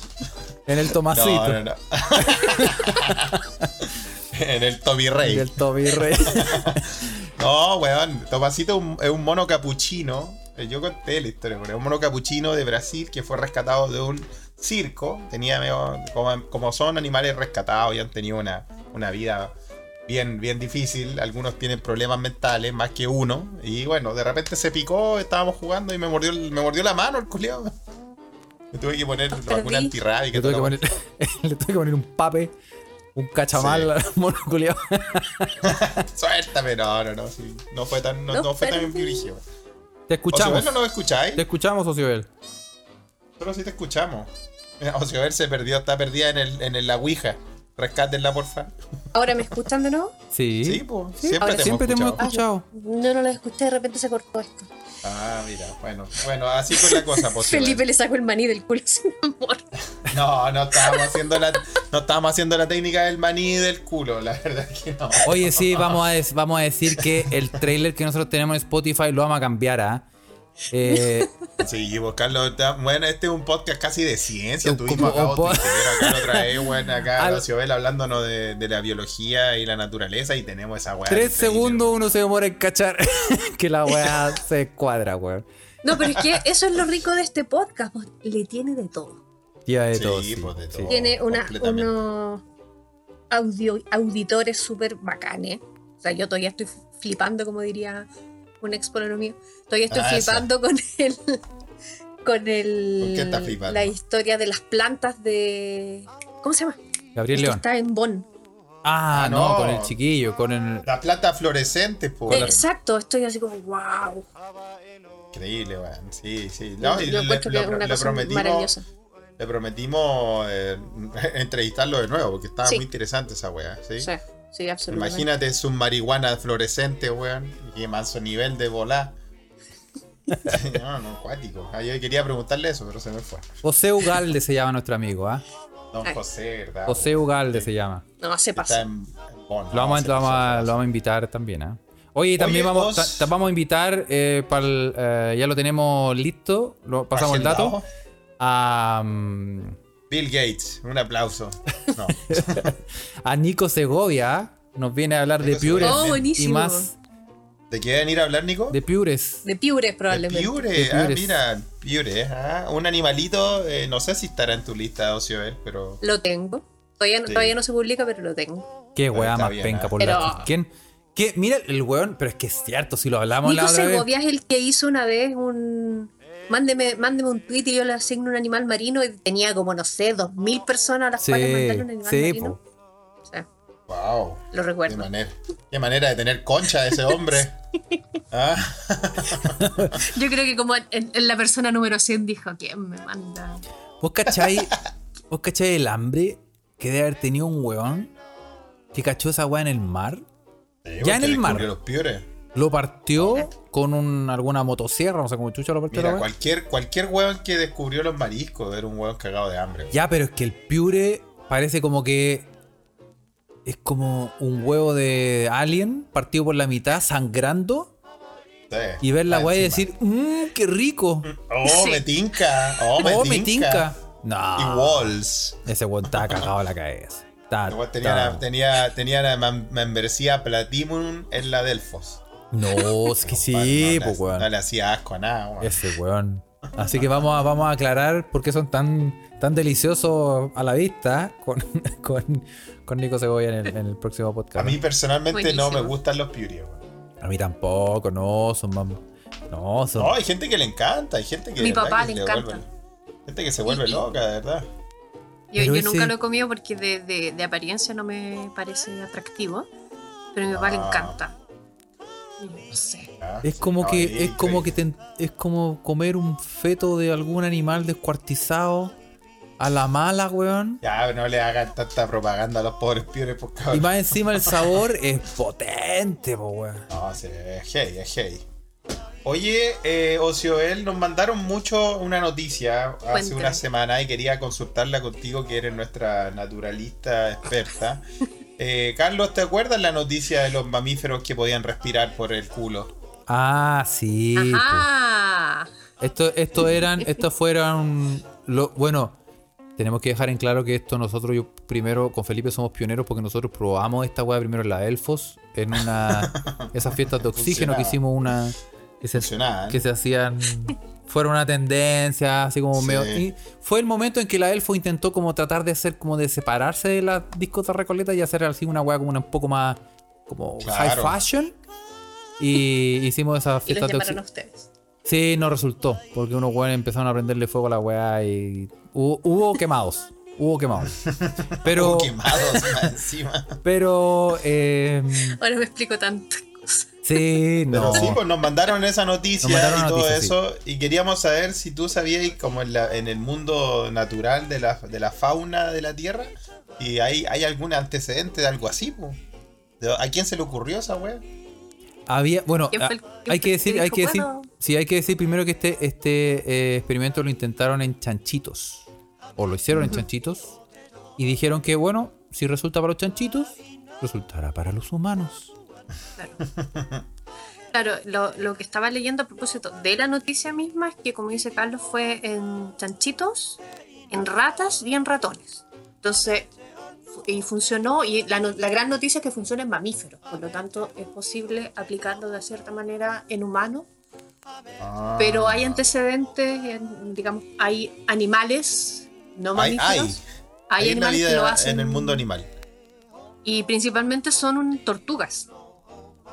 Speaker 4: En el Tomasito.
Speaker 1: No, no, (laughs) no. en el Tommy
Speaker 4: Y
Speaker 1: Rey.
Speaker 4: el Toby
Speaker 1: (laughs)
Speaker 4: Rey.
Speaker 1: No, weón. Tomasito es un- es un mono capuchino. Eh, Yo conté la historia, pero es un mono capuchino de Brasil que fue rescatado de un circo. Tenía medio- como, como son animales rescatados y han tenido una, una vida bien, bien difícil. Algunos tienen problemas mentales, más que uno. Y bueno, de repente se picó, estábamos jugando y me mordió, el- me mordió la mano el culiao. Me tuve que poner
Speaker 5: Perdí.
Speaker 1: vacuna antirrábica.
Speaker 4: Le
Speaker 1: y
Speaker 4: tuve, que
Speaker 1: toda la-
Speaker 4: poner, (laughs) le tuve que poner un pape, un cachamal al (laughs) mono culiao.
Speaker 1: Suéltame, no, no, no. sí. No fue tan, no,
Speaker 5: No
Speaker 1: no fue tan
Speaker 5: perdí.
Speaker 1: brígido.
Speaker 4: Te
Speaker 1: O sea,
Speaker 4: escuchamos.
Speaker 1: bueno, no lo escucháis.
Speaker 4: Te escuchamos, Ociobel.
Speaker 1: Solo si te escuchamos. Mira, Ociover se perdió, está perdida en, el, en el- la Ouija. Rescátenla, porfa.
Speaker 5: ¿Ahora me escuchan de nuevo?
Speaker 4: Sí.
Speaker 1: Sí, pues. Siempre,
Speaker 5: ahora
Speaker 1: te,
Speaker 4: Siempre te
Speaker 1: hemos
Speaker 4: hemos
Speaker 1: escuchado.
Speaker 4: escuchado.
Speaker 5: Ah, No, no lo escuché, de repente se cortó esto.
Speaker 1: Ah, mira. Bueno, bueno, así fue la cosa pues, posible.
Speaker 5: Felipe le sacó el maní del culo (laughs) sin amor.
Speaker 1: No, no estábamos haciendo la, no estábamos haciendo la técnica del maní y del culo, la verdad es que no.
Speaker 4: Oye, sí, vamos a, des- vamos a decir que el trailer que nosotros tenemos en Spotify lo vamos a cambiar a.
Speaker 1: (laughs)
Speaker 4: Eh,
Speaker 1: Sí, vos, Carlos, está- bueno, este es un podcast casi de ciencia.
Speaker 4: Un-
Speaker 1: Tuvimos acá
Speaker 4: un-
Speaker 1: otro
Speaker 4: un-
Speaker 1: acá la otra vez, bueno, acá
Speaker 4: (laughs) Al-
Speaker 1: Ociover hablándonos de, de la biología y la naturaleza y tenemos esa weá.
Speaker 4: tres
Speaker 1: del trailer.
Speaker 4: segundos uno se demora en cachar (laughs) que la weá
Speaker 1: (laughs)
Speaker 4: se cuadra, weón.
Speaker 5: No, pero es que eso es lo rico de este podcast. pues, le tiene de todo.
Speaker 4: Tía de
Speaker 1: Sí,
Speaker 4: todo.
Speaker 1: pues, de
Speaker 4: sí.
Speaker 1: todo.
Speaker 5: Tiene una,
Speaker 1: completamente.
Speaker 5: unos audio, auditores súper bacanes. O sea, yo todavía estoy flipando, como diría un ex pololo mío. Todavía estoy
Speaker 1: Ah, esa.
Speaker 5: flipando con el. Con
Speaker 1: ¿Con qué estás
Speaker 5: el.
Speaker 1: flipando?
Speaker 5: La historia de las plantas de. ¿Cómo se llama?
Speaker 4: Gabriel
Speaker 5: El que
Speaker 4: León.
Speaker 5: Está en Bonn.
Speaker 4: Ah,
Speaker 1: Ah,
Speaker 4: no,
Speaker 1: no.
Speaker 4: con el chiquillo, con el.
Speaker 1: Las plantas fluorescentes, pues.
Speaker 4: Eh,
Speaker 5: Exacto, estoy así como, wow.
Speaker 1: Increíble, weón. Sí, sí. No, y
Speaker 5: yo
Speaker 1: le,
Speaker 5: encuentro que
Speaker 1: lo
Speaker 5: es
Speaker 1: pro-
Speaker 5: una
Speaker 1: le
Speaker 5: cosa
Speaker 1: prometimos,
Speaker 5: maravillosa.
Speaker 1: le prometimos eh, (laughs) entrevistarlo de nuevo, porque estaba
Speaker 5: Sí.
Speaker 1: muy interesante esa weá, ¿sí?
Speaker 5: Sí, sí, absolutamente.
Speaker 1: Imagínate su marihuana fluorescente, weón. Y manso nivel de
Speaker 5: (laughs)
Speaker 1: volar. no, no, cuático. Ah, Yo quería preguntarle eso, pero se me fue.
Speaker 4: José Ugalde se llama nuestro amigo, ¿ah?
Speaker 1: Don
Speaker 5: Ay.
Speaker 1: José, ¿verdad?
Speaker 4: José Ugalde se llama.
Speaker 5: No, se
Speaker 1: Que Está
Speaker 5: pasa.
Speaker 1: en, en Bonn,
Speaker 4: Lo vamos, a-
Speaker 1: Se
Speaker 4: lo vamos
Speaker 1: pasó,
Speaker 4: a,
Speaker 1: se
Speaker 4: lo vamos a invitar también, ¿ah? Oye, y también
Speaker 1: Oye,
Speaker 4: vamos,
Speaker 1: vos-
Speaker 4: ta- ta- vamos a invitar, eh, pa'l, eh, ya lo tenemos listo, lo,
Speaker 1: pasó.
Speaker 4: pasamos el dato,
Speaker 1: Agendado.
Speaker 4: a, mm,
Speaker 1: Bill Gates, un aplauso. No.
Speaker 4: a Nico Segovia, ¿ah? nos viene a hablar de
Speaker 1: Nico Segovia.
Speaker 4: Piures
Speaker 5: Oh,
Speaker 4: y
Speaker 5: buenísimo.
Speaker 4: más
Speaker 1: ¿Te quieren ir a hablar,
Speaker 4: (laughs)
Speaker 1: Nico?
Speaker 4: de Piures.
Speaker 5: De Piures probablemente.
Speaker 1: Piure,
Speaker 4: De
Speaker 1: ah,
Speaker 4: piures.
Speaker 1: mira, Piure, ah, un animalito, eh, no sé si estará en tu lista, Ocioel, pero
Speaker 5: Lo tengo. Todavía, no-
Speaker 1: Sí.
Speaker 5: todavía no se publica, pero lo tengo.
Speaker 4: Qué
Speaker 1: Pero
Speaker 4: weá
Speaker 1: está
Speaker 4: más
Speaker 1: bien,
Speaker 4: penca
Speaker 1: ¿ah?
Speaker 4: por la
Speaker 5: Pero-
Speaker 4: ¿Quién? ¿Qué? Mira el weón, pero es que es cierto, si lo hablamos
Speaker 5: Nico
Speaker 4: la otra vez.
Speaker 5: Segovia es el que hizo una vez un. Mándeme, mándeme un tweet y yo le asigno un animal marino y tenía como, no sé, dos mil personas a las
Speaker 4: Sí,
Speaker 5: cuales mandarle un animal
Speaker 4: sí,
Speaker 5: marino.
Speaker 4: po.
Speaker 5: O sea,
Speaker 1: wow,
Speaker 5: lo
Speaker 1: qué
Speaker 5: recuerdo.
Speaker 1: manera, qué manera de tener concha ese hombre. Ah,
Speaker 5: Yo creo que como en, en la persona número 100 dijo, ¿quién me manda?
Speaker 4: ¿Vos cacháis, vos cacháis el hambre que debe haber tenido un weón que cachó esa weá en el mar?
Speaker 1: sí, porque
Speaker 4: Ya en el mar.
Speaker 1: descubrió Los piures.
Speaker 4: Lo partió con un, alguna motosierra, no sé cómo chucha lo partió la
Speaker 1: Mira,
Speaker 4: weá.
Speaker 1: cualquier, cualquier hueón que descubrió los mariscos era un hueón cagado de hambre.
Speaker 4: Ya, pero es que el piure parece como que es como un huevo de alien partido por la mitad, sangrando,
Speaker 1: Sí,
Speaker 4: y ver la
Speaker 1: está
Speaker 4: weá y
Speaker 1: Ah, encima.
Speaker 4: decir, mmm, qué rico.
Speaker 1: oh,
Speaker 5: Sí.
Speaker 1: me tinca, oh, me,
Speaker 4: oh,
Speaker 1: tinca.
Speaker 4: me tinca.
Speaker 1: Y
Speaker 4: No.
Speaker 1: Walls.
Speaker 4: Ese weón estaba cagado la cabeza. Está-
Speaker 1: El hueón Tenía
Speaker 4: está-
Speaker 1: la, tenía, tenía la mem- membresía Platinum en la Delfos.
Speaker 4: No, es que sí,
Speaker 1: Compadre, (laughs) no,
Speaker 4: pues
Speaker 1: le-
Speaker 4: weón.
Speaker 1: No le hacía asco a nada, hueón.
Speaker 4: Ese weón. Así que vamos a, vamos a aclarar por qué son tan, tan deliciosos a la vista con, (laughs) con, con Nico Segovia en el, en el próximo podcast.
Speaker 1: A mí personalmente no me
Speaker 5: Buenísimo.
Speaker 1: gustan los piures, hueón.
Speaker 4: A mí tampoco, no, son más. No, son.
Speaker 1: No, hay gente que le encanta, hay gente que. de
Speaker 5: Mi
Speaker 1: verdad
Speaker 5: papá
Speaker 1: que
Speaker 5: le
Speaker 1: se
Speaker 5: encanta.
Speaker 1: vuelve- gente que se vuelve
Speaker 5: Y- y-
Speaker 1: loca, de verdad.
Speaker 5: Yo,
Speaker 4: Pero
Speaker 5: yo
Speaker 4: ese-
Speaker 5: nunca lo he comido porque de, de- de apariencia no me parece atractivo, pero a mi papá le
Speaker 1: Ah.
Speaker 5: encanta. Y No sé.
Speaker 1: Ah,
Speaker 4: Es como
Speaker 1: no,
Speaker 4: que
Speaker 1: ahí,
Speaker 4: es como
Speaker 1: ahí.
Speaker 4: que te- es como comer un feto de algún animal descuartizado a la mala, weón.
Speaker 1: Ya, no le hagan tanta propaganda a los pobres piores, por
Speaker 4: Y
Speaker 1: cabrón.
Speaker 4: más encima el sabor es potente, po, weón.
Speaker 1: No, sí, es hey, es hey. Oye, eh, Ocioel, nos mandaron mucho una noticia hace
Speaker 5: Cuéntame.
Speaker 1: una semana y quería consultarla contigo, que eres nuestra naturalista
Speaker 5: (laughs)
Speaker 1: experta. Eh, Carlos, ¿te acuerdas la noticia de los mamíferos que podían respirar por el culo?
Speaker 4: Ah, sí. pues.
Speaker 5: Ajá.
Speaker 4: Esto, esto eran, estos fueron, lo- bueno, tenemos que dejar en claro que esto nosotros, yo primero con Felipe somos pioneros porque nosotros probamos esta weá primero en la Elfos, en
Speaker 1: (laughs)
Speaker 4: una, esas fiestas de oxígeno que
Speaker 1: Funcionaba.
Speaker 4: hicimos una, que se,
Speaker 1: Funcionaba, ¿eh?
Speaker 4: que se hacían, fueron una tendencia, así como
Speaker 1: Sí.
Speaker 4: medio, y fue el momento en que la Elfo intentó como tratar de hacer, como de separarse de las discos de Recoleta y hacer así una weá como una un poco más, como
Speaker 1: Claro.
Speaker 4: high fashion. Y hicimos esas
Speaker 5: Y
Speaker 4: fiestas
Speaker 5: los
Speaker 4: de oxígeno.
Speaker 5: llamaron a ustedes.
Speaker 4: Sí, no resultó, porque unos weones empezaron a prenderle fuego a la weá y hubo, hubo quemados.
Speaker 1: (laughs)
Speaker 4: Hubo quemados. Pero,
Speaker 1: Oh, quemados
Speaker 5: (laughs)
Speaker 1: más encima.
Speaker 4: pero, eh,
Speaker 5: Ahora me explico tantas cosas.
Speaker 4: sí,
Speaker 1: Pero
Speaker 4: no.
Speaker 1: sí, pues nos mandaron esa noticia
Speaker 4: Nos mandaron
Speaker 1: y todo
Speaker 4: noticias, sí.
Speaker 1: eso. Y queríamos saber si tú sabías, como en, la- en el mundo natural de la, de la fauna de la Tierra, y hay, hay algún antecedente de algo así, po. ¿De- ¿A quién se le ocurrió esa wea?
Speaker 4: Había, bueno,
Speaker 5: ¿Quién
Speaker 4: a-
Speaker 5: fue el- quién
Speaker 4: hay
Speaker 5: fue
Speaker 4: que
Speaker 5: el que
Speaker 4: decir, hay
Speaker 5: dijo,
Speaker 4: que decir,
Speaker 5: bueno?
Speaker 4: sí, hay que decir primero que este, este eh, experimento lo intentaron en chanchitos, o lo hicieron en chanchitos, y dijeron que, bueno, si resulta para los chanchitos, resultará para los humanos.
Speaker 5: Claro, lo, lo que estaba leyendo a propósito de la noticia misma es que, como dice Carlos, fue en chanchitos, en ratas y en ratones. Entonces, fu- y funcionó, y la, no- la gran noticia es que funciona en mamíferos, por lo tanto es posible aplicarlo de cierta manera en humanos, Ah. pero hay antecedentes, en- digamos, hay animales no
Speaker 1: Hay,
Speaker 5: mamíferos.
Speaker 1: hay,
Speaker 5: Hay
Speaker 1: Hay una
Speaker 5: animales
Speaker 1: vida
Speaker 5: que lo
Speaker 1: en
Speaker 5: hacen.
Speaker 1: el mundo animal.
Speaker 5: Y principalmente son un- tortugas.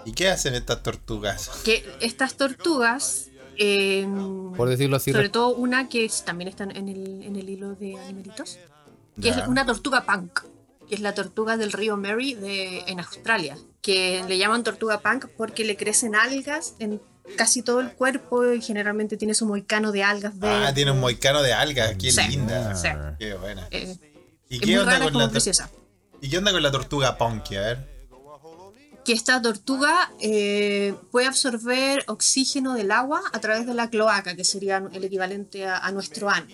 Speaker 1: ¿Y qué hacen estas tortugas?
Speaker 5: Que estas tortugas. eh,
Speaker 4: Por decirlo así,
Speaker 5: sobre
Speaker 4: re-
Speaker 5: todo una que es- también está en el, en el hilo de animalitos. Que
Speaker 1: Ya.
Speaker 5: es una tortuga punk. Que es la tortuga del río Mary de, en Australia. Que le llaman tortuga punk porque le crecen algas en casi todo el cuerpo. Y generalmente tiene su moicano de algas verdes.
Speaker 1: Ah, tiene un moicano de algas, qué
Speaker 5: Sí.
Speaker 1: linda.
Speaker 4: Ah.
Speaker 5: Sí.
Speaker 1: Qué buena.
Speaker 5: Eh,
Speaker 1: ¿Y
Speaker 5: es
Speaker 1: qué,
Speaker 5: muy
Speaker 1: onda
Speaker 5: rara
Speaker 1: con
Speaker 5: como
Speaker 1: la tor-
Speaker 5: preciosa.
Speaker 1: ¿Y qué onda con la tortuga Ponky? A ver.
Speaker 5: que esta tortuga eh, puede absorber oxígeno del agua a través de la cloaca, que sería el equivalente a, a nuestro ano.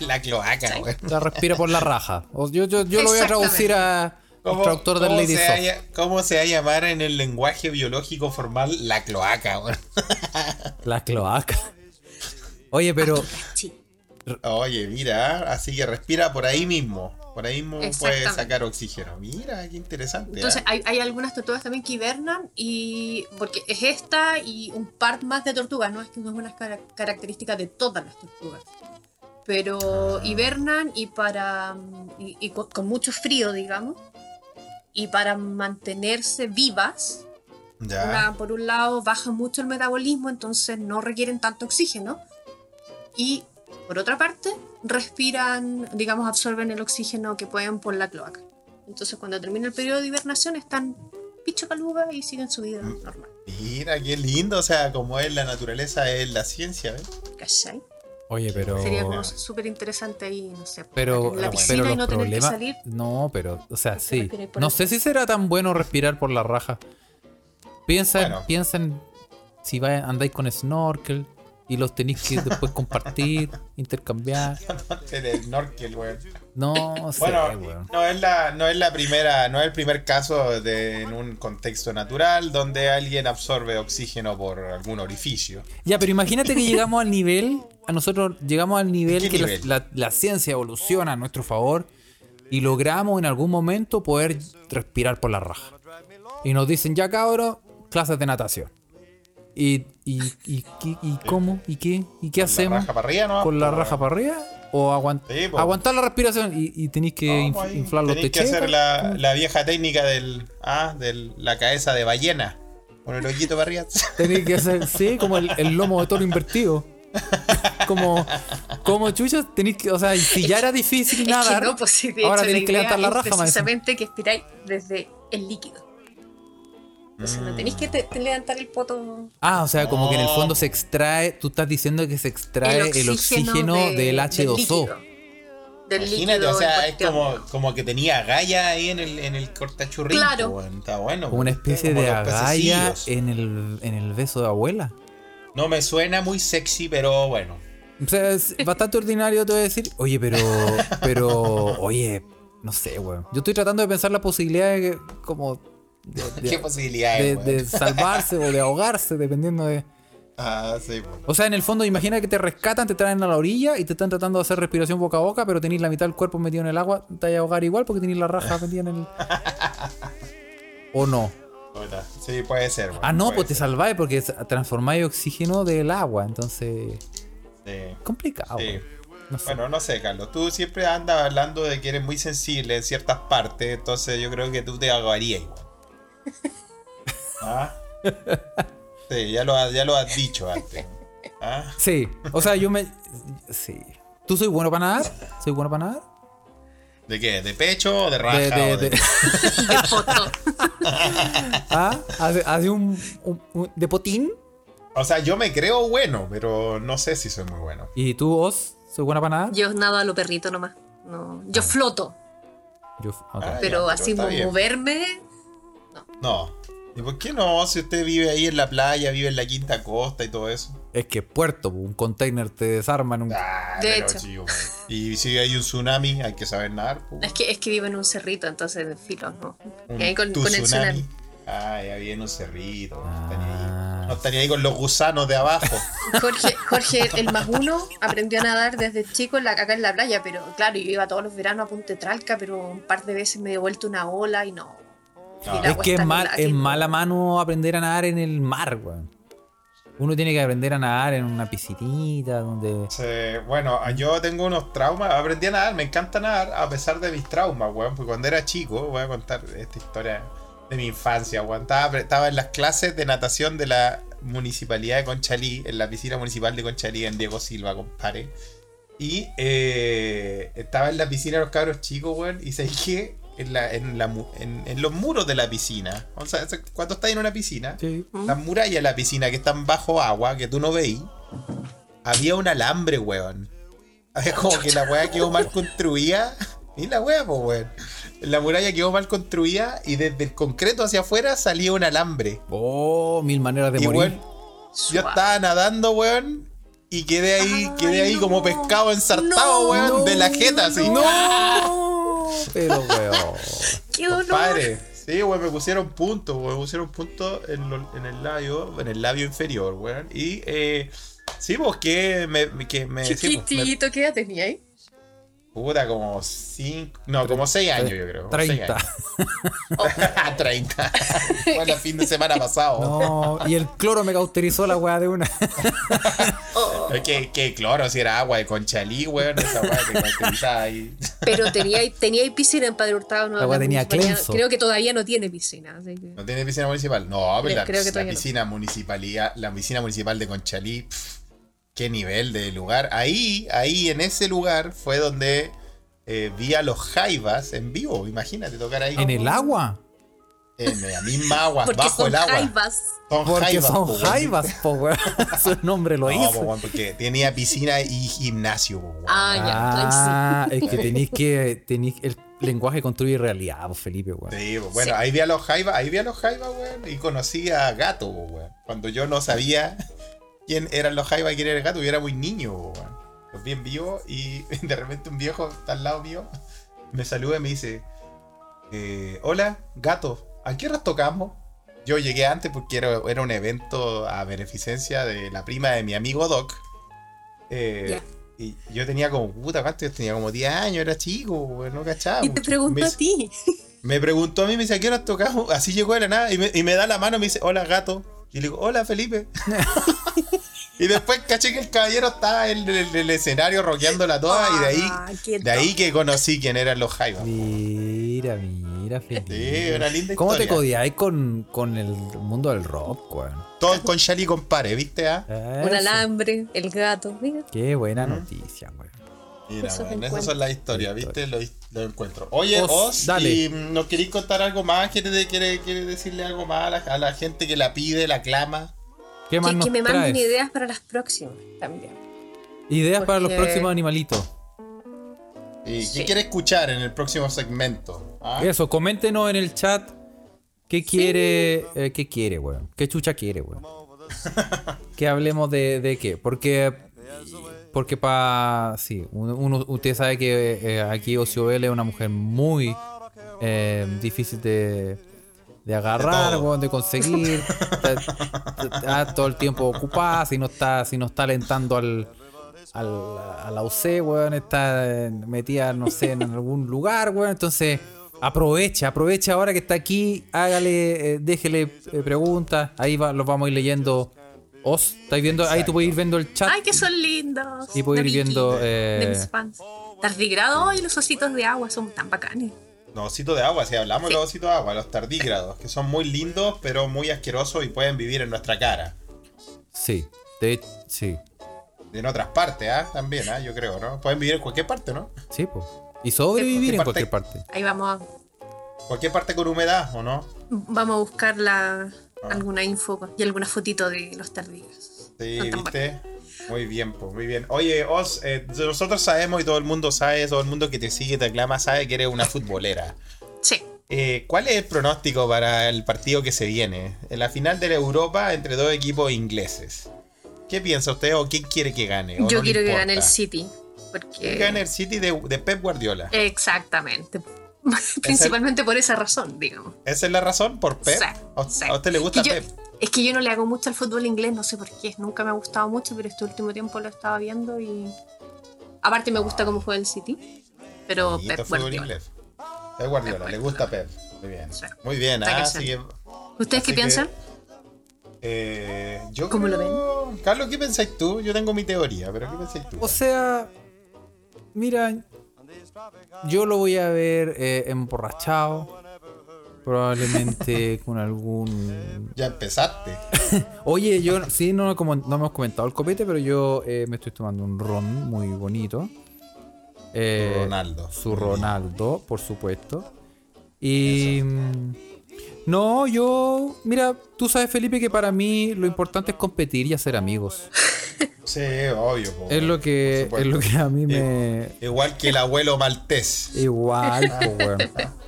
Speaker 1: la cloaca, güey.
Speaker 4: la respira por la raja. O- Yo, yo, yo lo voy a traducir a al traductor del
Speaker 1: cómo
Speaker 4: Lady
Speaker 1: se
Speaker 4: Soft.
Speaker 1: haya- ¿Cómo se va a llamar en el lenguaje biológico formal la cloaca? güey?
Speaker 4: La cloaca. Oye,
Speaker 1: Oh.
Speaker 4: pero
Speaker 5: Sí.
Speaker 1: Oye, mira, así que respira por ahí mismo. Por ahí mismo puede
Speaker 5: Exactamente.
Speaker 1: sacar oxígeno. Mira, qué interesante. ¿eh?
Speaker 5: Entonces hay, hay algunas tortugas también que hibernan y porque es esta y un par más de tortugas, no es que no es una cara- característica de todas las tortugas.
Speaker 1: Ah.
Speaker 5: Pero hibernan y para mm, y, y con, con mucho frío, digamos, y para mantenerse vivas,
Speaker 1: ya.
Speaker 5: Una- por un lado, baja mucho el metabolismo, entonces no requieren tanto oxígeno. Y por otra parte, respiran, digamos, absorben el oxígeno que pueden por la cloaca. Entonces, cuando termina el periodo de hibernación, están picho caluga y siguen su vida
Speaker 4: Mm.
Speaker 5: normal.
Speaker 1: Mira, qué lindo. O sea, como es la naturaleza, es la ciencia. (laughs) ¿eh?
Speaker 5: ¿Cachai?
Speaker 4: oye, pero
Speaker 5: Sería como súper interesante ahí, no sé,
Speaker 4: Oh. pero
Speaker 5: en
Speaker 4: pero
Speaker 5: la piscina y
Speaker 4: los
Speaker 5: no tener que
Speaker 4: problemas
Speaker 5: salir.
Speaker 4: no, pero o sea, sí.
Speaker 5: respirar por
Speaker 4: No
Speaker 5: el-
Speaker 4: sé si será tan bueno respirar por la raja. Piensa, en-
Speaker 1: Bueno.
Speaker 4: piensa en si vais- andáis con snorkel y los tenéis que después compartir, (laughs) intercambiar.
Speaker 1: El snorkel, güey.
Speaker 4: No sé,
Speaker 1: Bueno,
Speaker 4: weón.
Speaker 1: no es la, no es la primera, no es el primer caso de en un contexto natural donde alguien absorbe oxígeno por algún orificio.
Speaker 4: Ya, pero imagínate que llegamos al nivel, a nosotros llegamos al nivel
Speaker 1: ¿Qué
Speaker 4: que la-
Speaker 1: nivel?
Speaker 4: La, la ciencia evoluciona a nuestro favor y logramos en algún momento poder respirar por la raja. Y nos dicen, ya cabros, clases de natación. ¿Y, y, y, qué- y cómo? ¿Y qué? ¿Y qué
Speaker 1: ¿La
Speaker 4: hacemos?
Speaker 1: raja para arriba, no?
Speaker 4: ¿Con la
Speaker 1: Por-
Speaker 4: raja para arriba? ¿O aguant-
Speaker 1: Sí, po.
Speaker 4: aguantar la respiración? Y, y tenéis que
Speaker 1: No, pues,
Speaker 4: inf-
Speaker 1: ahí
Speaker 4: inflar los
Speaker 1: tenés que
Speaker 4: techetes.
Speaker 1: hacer la, la vieja técnica del. Ah, de la cabeza de ballena. Con el hoyito para
Speaker 5: (laughs)
Speaker 1: arriba.
Speaker 4: Tenés que hacer, sí, como el, el lomo de toro invertido. Como, como chuchas, tenés que, o sea, y si ya era difícil
Speaker 5: Es que
Speaker 4: nadar,
Speaker 5: no, pues sí, de
Speaker 4: ahora
Speaker 5: hecho, la
Speaker 4: tenés que
Speaker 5: idea
Speaker 4: levantar la
Speaker 5: es
Speaker 4: raja, maestro.
Speaker 5: precisamente que expiráis desde el líquido. Entonces, no tenéis que te- te levantar el poto
Speaker 4: Ah, o sea, como que en el
Speaker 1: No.
Speaker 4: fondo se extrae, tú estás diciendo que se extrae el oxígeno,
Speaker 5: de-
Speaker 4: del H2O.
Speaker 5: líquido. del
Speaker 1: Imagínate,
Speaker 5: líquido.
Speaker 1: o sea, es
Speaker 5: en cuestión.
Speaker 1: como, como que tenía agalla ahí en el, en el cortachurrín.
Speaker 5: Claro.
Speaker 1: po, weón. Está bueno.
Speaker 4: Como una especie
Speaker 1: como
Speaker 4: de
Speaker 1: los
Speaker 4: agalla
Speaker 1: pececillos.
Speaker 4: en el, en el beso de abuela.
Speaker 1: No me suena muy sexy, pero bueno.
Speaker 4: O sea, es bastante ordinario, te voy a decir. Oye, pero. Pero. Oye, no sé, weón. Yo estoy tratando de pensar la posibilidad de que, como. De,
Speaker 1: ¿Qué
Speaker 4: de,
Speaker 1: posibilidades,
Speaker 4: de-
Speaker 1: weón?
Speaker 4: de salvarse o de ahogarse, dependiendo de.
Speaker 1: Ah, sí, po.
Speaker 4: O sea, en el fondo, imagina que te rescatan, te traen a la orilla y te están tratando de hacer respiración boca a boca, pero tenéis la mitad del cuerpo metido en el agua, te vas a ahogar igual porque tenéis la raja metida en
Speaker 1: (laughs)
Speaker 4: el. ¿O no?
Speaker 1: Puta. Sí, puede ser. weón,
Speaker 4: Ah, no,
Speaker 1: puede
Speaker 4: pues te
Speaker 1: ser.
Speaker 4: salváis porque s- transformáis oxígeno del agua, entonces.
Speaker 1: Sí.
Speaker 4: Complicado.
Speaker 1: Sí.
Speaker 4: weón. No sé.
Speaker 1: Bueno, no sé, Carlos. Tú siempre andas hablando de que eres muy sensible en ciertas partes, entonces yo creo que tú te ahogarías (laughs) igual. ¿Ah? Sí, ya lo, has- ya lo has dicho antes. ¿Ah?
Speaker 4: Sí, o sea, yo me. Sí. ¿Tú soy bueno para nadar? ¿Soy bueno para nadar?
Speaker 1: ¿De qué? ¿De pecho o de raja?
Speaker 4: De- de-
Speaker 1: o de-
Speaker 4: de- (laughs)
Speaker 5: De foto.
Speaker 4: ¿Ah? ¿Hace, hace un, un- un- ¿De potín?
Speaker 1: (laughs) O sea, yo me creo bueno, pero no sé si soy muy bueno.
Speaker 4: ¿Y tú, vos? ¿Soy buena para nadar?
Speaker 5: Yo nado a lo perrito nomás. No, yo floto,
Speaker 4: Yo. ok.
Speaker 1: Ah,
Speaker 5: pero
Speaker 1: ya,
Speaker 5: así
Speaker 1: está bien.
Speaker 5: moverme.
Speaker 1: No. ¿Y por qué no? Si usted vive ahí en la playa, vive en la quinta costa y todo eso.
Speaker 4: Es que puerto, un container te desarma en un.
Speaker 1: Ah,
Speaker 5: De
Speaker 1: pero
Speaker 5: hecho.
Speaker 1: sí, güey. y si hay un tsunami, hay que saber nadar. pues.
Speaker 5: Es que, es que vivo en un cerrito, entonces de filo, ¿no?
Speaker 1: Un
Speaker 5: Y ahí con,
Speaker 1: tu
Speaker 5: con el
Speaker 1: tsunami.
Speaker 5: tsunami.
Speaker 1: Ah, ya viene un cerrito.
Speaker 4: Ah.
Speaker 1: Estaría ahí. No estaría ahí con los gusanos de abajo.
Speaker 5: Jorge, Jorge, el más uno, aprendió a nadar desde chico en la, acá en la playa, pero claro, yo iba todos los veranos a Punta Tralca, pero un par de veces me he vuelto una ola y no.
Speaker 1: No.
Speaker 5: Y la
Speaker 4: Es
Speaker 5: agua
Speaker 4: que
Speaker 5: está
Speaker 4: es, mal,
Speaker 5: helada,
Speaker 4: es
Speaker 5: que-
Speaker 4: mala mano aprender a nadar en el mar, weón. Uno tiene que aprender a nadar en una piscinita donde.
Speaker 1: Sí, bueno, yo tengo unos traumas. Aprendí a nadar, me encanta nadar a pesar de mis traumas, weón. Porque cuando era chico, voy a contar esta historia de mi infancia, weón. Estaba, estaba en las clases de natación de la municipalidad de Conchalí, en la piscina municipal de Conchalí, en Diego Silva, compadre. Y eh, estaba en la piscina de los cabros chicos, weón. Y se que en, la- en la mu- en- en los muros de la piscina. O sea, cuando estás en una piscina,
Speaker 4: Sí.
Speaker 5: ¿Mm?
Speaker 1: las murallas de la piscina que están bajo agua, que tú no veí, había un alambre, weón. (laughs) Había como que la weá quedó mal construida. Y la weá, pues, weón. La muralla quedó mal construida y desde el concreto hacia afuera salía un alambre.
Speaker 4: Oh, mil maneras de
Speaker 1: Y,
Speaker 4: morir.
Speaker 1: weón, yo estaba nadando, weón. Y quedé ahí,
Speaker 5: Ay,
Speaker 1: quedé ahí como
Speaker 5: no.
Speaker 1: pescado ensartado,
Speaker 5: No,
Speaker 1: weón, de la jeta, así. (laughs)
Speaker 4: ¡No! Pero, weón.
Speaker 5: ¡Qué dolor!
Speaker 1: Compadre. Sí, güey, me pusieron puntos, güey. Me pusieron puntos en, lo- en el labio, en el labio inferior, güey. Y, eh, sí, pues que me. Que me sí, pues, me-
Speaker 5: Chiquitito, ¿qué edad tenía ahí?
Speaker 1: puta, como 5. No, como 6 años, (laughs) yo creo.
Speaker 4: 30.
Speaker 1: 30. 30. bueno, fin de semana pasado.
Speaker 4: No, y el cloro me cauterizó la weá de una.
Speaker 1: Es que, que cloro, si era agua de conchalí, güey. Esa weá que caracterizaba ahí.
Speaker 5: Pero tenía, tenía ahí piscina en Padre Hurtado. No,
Speaker 4: La wea tenía
Speaker 5: municipalidad.
Speaker 4: Clenso.
Speaker 5: Creo que todavía no tiene piscina. Así que...
Speaker 1: ¿No tiene piscina municipal? No, pero la,
Speaker 5: creo que
Speaker 1: la
Speaker 5: todavía no.
Speaker 1: piscina municipalidad, la piscina municipal de Conchalí, pf, qué nivel de lugar. Ahí, ahí en ese lugar fue donde eh, vi a los Jaivas en vivo, imagínate tocar ahí.
Speaker 4: ¿En el agua?
Speaker 1: En la misma agua,
Speaker 5: Porque
Speaker 1: bajo
Speaker 5: son
Speaker 1: el agua.
Speaker 5: jaivas.
Speaker 1: Son
Speaker 4: Porque
Speaker 1: jaivas,
Speaker 4: son
Speaker 1: po, weón.
Speaker 4: jaivas,
Speaker 1: (laughs)
Speaker 4: po, weón. Su nombre lo
Speaker 1: No, po,
Speaker 4: hizo.
Speaker 1: weón, porque tenía piscina y gimnasio, po, weón.
Speaker 5: Ah, ya. ahí sí.
Speaker 4: Ah, es
Speaker 5: (laughs)
Speaker 4: que tenéis que. Tenéis, el lenguaje construye realidad, po, Felipe, weón.
Speaker 1: Sí, po, bueno,
Speaker 5: Sí.
Speaker 1: ahí vi a los Jaivas, ahí vi a los Jaivas, weón, y conocí a Gato, po, weón. Cuando yo no sabía (laughs) quién eran los Jaivas y quién era el gato, yo era muy niño, po, weón. Los vi en vivo y (laughs) de repente un viejo está al lado mío, (laughs) me saluda y me dice, eh, hola, Gato, ¿a qué horas tocamos? Yo llegué antes porque era, era un evento a beneficencia de la prima de mi amigo Doc. Eh,
Speaker 5: Ya.
Speaker 1: Y yo tenía como, puta, ¿cuánto? Yo tenía como 10 años, era chico, weón, no cachaba.
Speaker 5: Y te
Speaker 1: mucho.
Speaker 5: pregunto
Speaker 1: Me-
Speaker 5: a ti.
Speaker 1: me preguntó a mí, me dice, ¿a qué hora tocamos? (laughs) Así llegó de la nada y me, y me da la mano y me dice, hola gato. Y le digo, hola
Speaker 5: (laughs)
Speaker 1: Felipe. (laughs) y después caché que el caballero estaba en el, en el escenario roqueándola toda y de
Speaker 5: Ah,
Speaker 1: ahí,
Speaker 5: qué
Speaker 1: de ahí que conocí quién eran los Jaivas.
Speaker 4: Mira, mira, Felipe.
Speaker 1: Sí, una linda
Speaker 4: ¿Cómo te
Speaker 1: historia.
Speaker 4: codiáis con, con el mundo del rock, weón?
Speaker 1: Todos con Shali compare, ¿viste? ah?
Speaker 5: Un
Speaker 4: Eso.
Speaker 5: alambre, el gato. Mira,
Speaker 4: Qué buena noticia, weón.
Speaker 1: Mira,
Speaker 5: Esos
Speaker 1: weón, esas
Speaker 5: encuentros.
Speaker 1: son las historias, ¿viste? Los los encuentros. Oye,
Speaker 4: Oz,
Speaker 1: Oz,
Speaker 4: dale.
Speaker 1: y, mm, ¿nos queréis contar algo más? ¿Quieres quiere, quiere decirle algo más a la, a la gente que la pide, la clama?
Speaker 4: ¿Qué más
Speaker 5: que,
Speaker 4: nos
Speaker 5: que me
Speaker 4: traes?
Speaker 5: manden ideas para las próximas tambimas también.
Speaker 4: Ideas para los
Speaker 5: Porque-
Speaker 4: próximos animalitos.
Speaker 1: ¿Y Eh,
Speaker 5: Sí.
Speaker 1: qué quiere escuchar en el próximo segmento? ¿Ah?
Speaker 4: Eso, coméntenos en el chat qué quiere, eh, qué quiere, weón. ¿Qué chucha quiere, weón? que hablemos de, de qué. Porque, porque pa, sí, uno, uno- usted sabe que eh, aquí Ociobel es una mujer muy eh, difícil de, de agarrar,
Speaker 1: De
Speaker 4: de,
Speaker 1: todo.
Speaker 4: de conseguir. está, está todo el tiempo ocupada, si no está, si no está alentando al, al, a la UC, weón, está eh, metida, no sé, en algún lugar, weón. Entonces, aprovecha, aprovecha ahora que está aquí, hágale, eh, déjele eh, preguntas, ahí va, los vamos a ir leyendo. Os, estáis viendo, ahí tú puedes ir viendo el chat.
Speaker 5: Ay, que son lindos.
Speaker 4: Y Ah. puedo
Speaker 5: de
Speaker 4: ir
Speaker 5: Vicky,
Speaker 4: viendo, eh,
Speaker 5: De mis fans. Tardigrado y los ositos de agua son tan bacanes.
Speaker 1: Los ositos de agua, si hablamos de los ositos de agua, los tardígrados, que son muy lindos, pero muy asquerosos y pueden vivir en nuestra cara.
Speaker 4: Sí, de, sí,
Speaker 1: En otras partes, ¿ah? También, ¿ah? Yo creo, ¿no? Pueden vivir en cualquier parte, ¿no?
Speaker 4: sí, po. Y sobrevivir en cualquier parte.
Speaker 5: Ahí vamos a,
Speaker 1: Cualquier parte con humedad, ¿o no?
Speaker 5: vamos a buscar la,
Speaker 1: Ah.
Speaker 5: alguna info y alguna fotito de los tardígrados.
Speaker 1: Sí,
Speaker 5: Son tan
Speaker 1: viste. Muy bien, pues, muy bien. Oye, Oz, eh, nosotros sabemos y todo el mundo sabe, todo el mundo que te sigue, te aclama, sabe que eres una futbolera.
Speaker 5: bacanes. Sí.
Speaker 1: Eh, ¿Cuál es el pronóstico para el partido que se viene? En la final de la Europa entre dos equipos ingleses. ¿Qué piensa usted o quién quiere que gane? ¿O
Speaker 5: Yo
Speaker 1: no le
Speaker 5: quiero que gane el
Speaker 1: importa?
Speaker 5: City.
Speaker 1: Que
Speaker 5: Porque...
Speaker 1: gane el City de, de Pep
Speaker 5: Eh,
Speaker 1: Guardiola.
Speaker 5: Exactamente. Principalmente por esa razón, digamos.
Speaker 1: ¿Esa es la razón? ¿Por Pep?
Speaker 5: Sí,
Speaker 1: ¿A,
Speaker 5: sí.
Speaker 1: a usted le gusta
Speaker 5: Que yo-
Speaker 1: Pep?
Speaker 5: Es que yo no le hago mucho al fútbol inglés, no sé por qué. Nunca me ha gustado mucho, pero este último tiempo lo estaba viendo y. Aparte, me gusta cómo juega el City. Pero
Speaker 1: Amiguito,
Speaker 5: Pep
Speaker 1: este fútbol
Speaker 5: Guardiola.
Speaker 1: inglés. Pep Guardiola,
Speaker 5: Pep
Speaker 1: le
Speaker 5: Guardiola.
Speaker 1: gusta Pep. Muy bien.
Speaker 5: Sí.
Speaker 1: Muy bien,
Speaker 5: Está
Speaker 1: ah,
Speaker 5: que
Speaker 1: así
Speaker 5: suena.
Speaker 1: que
Speaker 5: ¿Ustedes
Speaker 1: Así que-
Speaker 5: qué piensan?
Speaker 1: Eh, yo
Speaker 5: ¿Cómo lo
Speaker 1: creo- Carlos, ¿qué pensáis tú? Yo tengo mi teoría, pero ¿qué pensáis tú?
Speaker 4: O sea, mira, yo lo voy a ver eh, emborrachado.
Speaker 1: (laughs)
Speaker 4: Probablemente con algún.
Speaker 1: Ya empezaste.
Speaker 4: Oye, yo sí, no, como, no hemos comentado el copete, pero yo eh, me estoy tomando un ron muy bonito. Eh,
Speaker 1: Ronaldo.
Speaker 4: Su Ronaldo, por supuesto. Y. mm, No, yo. Mira, tú sabes, Felipe, que para mí lo importante es competir y hacer amigos.
Speaker 1: Sí, obvio. po,
Speaker 4: Es lo que,
Speaker 1: por
Speaker 4: es lo
Speaker 1: supuesto.
Speaker 4: que a mí
Speaker 1: Sí.
Speaker 4: me.
Speaker 1: Igual que el abuelo maltés.
Speaker 5: (laughs)
Speaker 4: Igual, po, weón.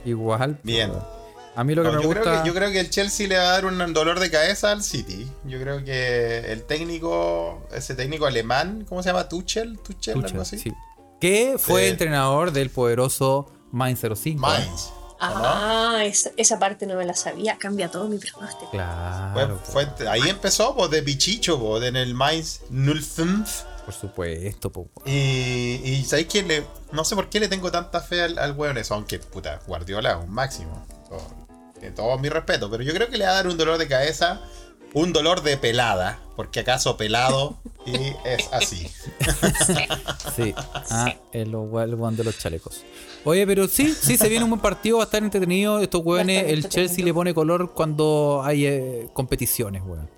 Speaker 4: Igual. po,
Speaker 1: Bien.
Speaker 4: weón. A mí lo que
Speaker 1: No,
Speaker 4: me
Speaker 1: yo,
Speaker 4: gusta.
Speaker 1: creo que, yo creo que el Chelsea le va a dar un dolor de cabeza al City. Yo creo que el técnico, ese técnico alemán, ¿cómo se llama? Tuchel, Tuchel,
Speaker 4: Tuchel,
Speaker 1: algo así.
Speaker 4: sí. Que fue
Speaker 1: Eh,
Speaker 4: entrenador del poderoso Mind 05. ¿eh?
Speaker 1: Mainz.
Speaker 5: Ah, esa, esa parte no me la sabía. Cambia todo mi pronóstico.
Speaker 1: Fue-
Speaker 4: Claro. po,
Speaker 1: fue- ahí empezó, pues, de Pichicho, pues, en el Mainz 05.
Speaker 4: por supuesto, po, weón.
Speaker 1: Y, y ¿sabéis que le, no sé por qué le tengo tanta fe al, al weón eso, aunque puta, Guardiola es un máximo. Todo- De todo mi respeto, pero yo creo que le va a dar un dolor de cabeza, un dolor de pelada, porque acaso pelado y es así. (laughs)
Speaker 4: Sí. Ah, el, lo- el weón de los chalecos. Oye, pero sí, sí, se viene un buen partido, va a estar entretenido. Estos weones, el
Speaker 5: entretenido.
Speaker 4: Chelsea le pone color cuando hay eh, competiciones, weón.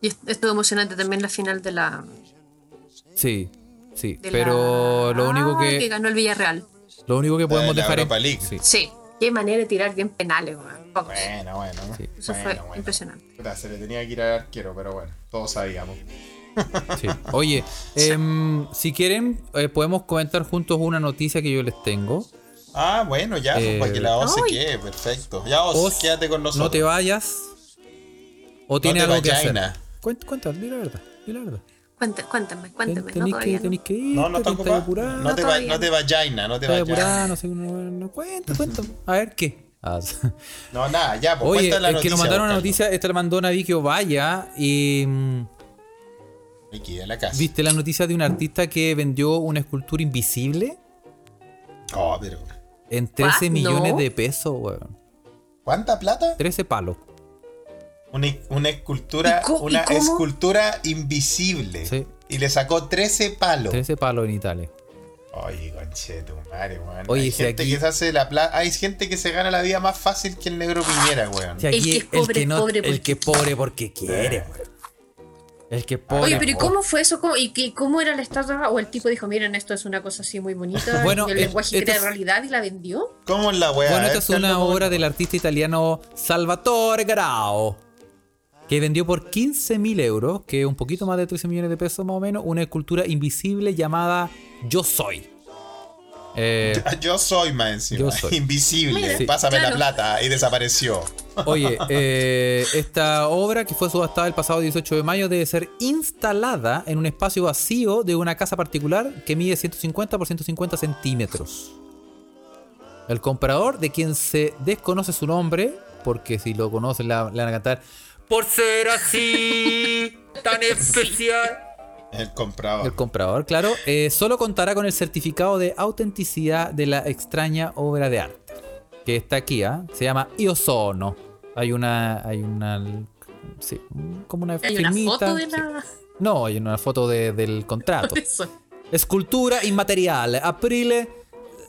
Speaker 5: Y est- estuvo emocionante también la final de la.
Speaker 4: Sí, sí.
Speaker 5: de
Speaker 4: pero
Speaker 5: la-
Speaker 4: lo único
Speaker 5: Ah, que
Speaker 4: que.
Speaker 5: ganó el Villarreal.
Speaker 4: Lo único que podemos
Speaker 1: la
Speaker 4: dejar
Speaker 1: Europa League.
Speaker 4: Sí.
Speaker 5: Sí. Qué manera de tirar bien penales, weón. Pocos.
Speaker 1: Bueno, bueno.
Speaker 4: Sí.
Speaker 5: Eso
Speaker 1: bueno,
Speaker 5: fue
Speaker 1: bueno.
Speaker 5: impresionante.
Speaker 1: Puta, se le tenía que ir al arquero, pero bueno, todos sabíamos.
Speaker 4: Sí. Oye, em, si quieren, eh, podemos comentar juntos una noticia que yo les tengo.
Speaker 1: Ah, bueno, ya,
Speaker 4: Eh,
Speaker 1: para que la OS se
Speaker 5: Ay.
Speaker 1: quede, perfecto. Ya, Oz,
Speaker 4: Oz,
Speaker 1: quédate con nosotros.
Speaker 4: No te vayas. O tiene
Speaker 1: te
Speaker 4: algo que hacer.
Speaker 1: vayaina.
Speaker 4: Cuenta, cuenta, di la verdad. Di la verdad.
Speaker 5: Cuéntame, cuéntame,
Speaker 4: Ten-
Speaker 5: cuéntame.
Speaker 4: Tenés
Speaker 5: no,
Speaker 4: que,
Speaker 5: todavía no.
Speaker 4: tenés que ir.
Speaker 1: no, no está ocupado.
Speaker 4: apurado.
Speaker 1: No te, va,
Speaker 5: todavía
Speaker 1: no te vayaina, no te
Speaker 4: estás
Speaker 1: vayaina.
Speaker 4: apurado, no sé, no, no, cuenta, cuenta. A ver
Speaker 1: (laughs)
Speaker 4: qué. Ah,
Speaker 1: No, nada, ya, pues
Speaker 4: Oye,
Speaker 1: cuenta la
Speaker 4: el que nos mandaron
Speaker 1: la
Speaker 4: una noticia, esta la mandó Navique Ovalla y mm,
Speaker 1: Aquí, de la casa.
Speaker 4: viste la noticia de un artista que vendió una escultura invisible
Speaker 1: Oh, pero.
Speaker 4: en 13
Speaker 5: ¿What?
Speaker 4: millones
Speaker 5: No.
Speaker 4: de pesos, weón.
Speaker 1: ¿Cuánta plata?
Speaker 4: 13 palos.
Speaker 1: Una, una escultura.
Speaker 5: ¿Y co- y
Speaker 1: Una
Speaker 5: cómo?
Speaker 1: escultura invisible.
Speaker 4: Sí.
Speaker 1: Y le sacó 13 palos.
Speaker 4: 13 palos en Italia.
Speaker 1: Oye, conche tu madre, weón.
Speaker 4: Oye,
Speaker 1: hay
Speaker 4: si
Speaker 1: gente
Speaker 4: aquí-
Speaker 1: que se hace la plata. Hay gente que se gana la vida más fácil que el negro Piñera, weón.
Speaker 4: Si aquí
Speaker 5: que es pobre, es pobre
Speaker 4: el
Speaker 5: porque
Speaker 4: que es pobre porque quiere, weón. El que es pobre.
Speaker 5: Oye, pero ¿y
Speaker 4: por-
Speaker 5: cómo fue eso? ¿Cómo, ¿Y qué- cómo era la estatua? O el tipo dijo, miren, esto es una cosa así muy bonita.
Speaker 4: Bueno,
Speaker 5: y el
Speaker 4: eh,
Speaker 5: lenguaje
Speaker 4: esto
Speaker 5: crea
Speaker 4: es-
Speaker 5: realidad y la vendió.
Speaker 1: ¿Cómo es la weá?
Speaker 4: Bueno,
Speaker 1: A
Speaker 4: esta
Speaker 1: ver,
Speaker 4: es una
Speaker 1: Carlos,
Speaker 4: obra del artista italiano Salvatore Grau, que vendió por 15.000 euros, que es un poquito más de 13 millones de pesos más o menos, una escultura invisible llamada Yo Soy. Eh,
Speaker 1: (laughs) Yo soy más encima.
Speaker 4: Yo soy.
Speaker 1: Invisible.
Speaker 5: Mira,
Speaker 4: Sí.
Speaker 1: Pásame
Speaker 5: claro.
Speaker 1: la plata. Y desapareció.
Speaker 4: Oye, eh, esta obra que fue subastada el pasado 18 de mayo debe ser instalada en un espacio vacío de una casa particular que mide 150 por 150 centímetros. El comprador, de quien se desconoce su nombre, porque si lo conocen le van le van a cantar por ser así tan especial.
Speaker 1: El comprador.
Speaker 4: El comprador, claro, eh, solo contará con el certificado de autenticidad de la extraña obra de arte. Que está aquí, ¿ah? Se llama Iosono. Hay una. Hay una. Sí, como una.
Speaker 5: Hay una
Speaker 4: firmita,
Speaker 5: foto de
Speaker 4: sí.
Speaker 5: la. (laughs)
Speaker 4: No, hay una foto de- del contrato.
Speaker 5: de eso.
Speaker 4: Escultura inmateriale, aprile eh,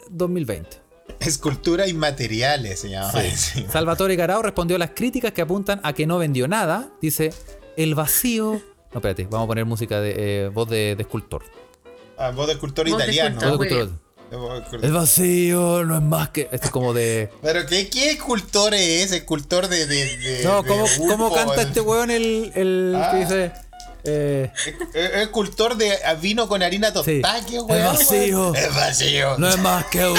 Speaker 4: 2020.
Speaker 1: Escultura inmateriales se llama. (laughs)
Speaker 4: Sí.
Speaker 1: encima.
Speaker 4: Salvatore Garao respondió a las críticas que apuntan a que no vendió nada. Dice, el vacío. No, espérate, vamos a poner música de eh, voz de, de escultor.
Speaker 1: Ah, voz de escultor
Speaker 5: Voz de
Speaker 1: italiano.
Speaker 4: Voz de
Speaker 5: escultor. Ah, Muy
Speaker 4: escultor.
Speaker 1: Voz de escultor.
Speaker 4: El vacío no es más que. Esto es como de.
Speaker 1: Pero qué, qué escultor es, escultor de. de, de-
Speaker 4: No,
Speaker 1: Eh, de
Speaker 4: ¿cómo,
Speaker 1: Ulfo,
Speaker 4: cómo canta
Speaker 1: el-
Speaker 4: este weón el. el
Speaker 1: Ah.
Speaker 4: que dice. eh,
Speaker 1: Es es escultor de vino con harina tostada,
Speaker 4: Sí.
Speaker 1: qué
Speaker 4: Es
Speaker 1: weón.
Speaker 4: vacío.
Speaker 1: Es vacío.
Speaker 4: no es más que.
Speaker 1: (laughs)
Speaker 4: un-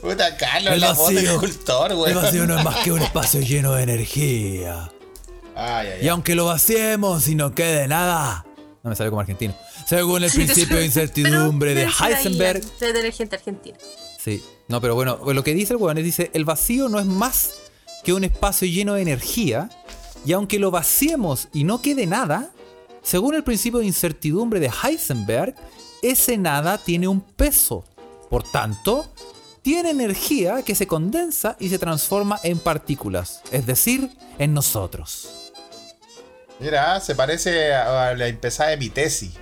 Speaker 1: Puta Carlos,
Speaker 4: el
Speaker 1: la voz de
Speaker 4: vacío.
Speaker 1: escultor,
Speaker 4: El
Speaker 1: weón.
Speaker 4: vacío no es más que un espacio lleno de energía.
Speaker 1: Ay, ay,
Speaker 4: Y
Speaker 1: ay.
Speaker 4: aunque lo vaciemos y no quede nada. No me sale como argentino. Según el principio de incertidumbre de
Speaker 5: Pero, pero
Speaker 4: Heisenberg.
Speaker 5: ahí, Usted era gente argentina.
Speaker 4: Sí, no, pero bueno, lo que dice el weón es: dice, el vacío no es más que un espacio lleno de energía, y aunque lo vaciemos y no quede nada, según el principio de incertidumbre de Heisenberg, ese nada tiene un peso. Por tanto, tiene energía que se condensa y se transforma en partículas, es decir, en nosotros.
Speaker 1: Mira, se parece a a la empezada de mi tesis.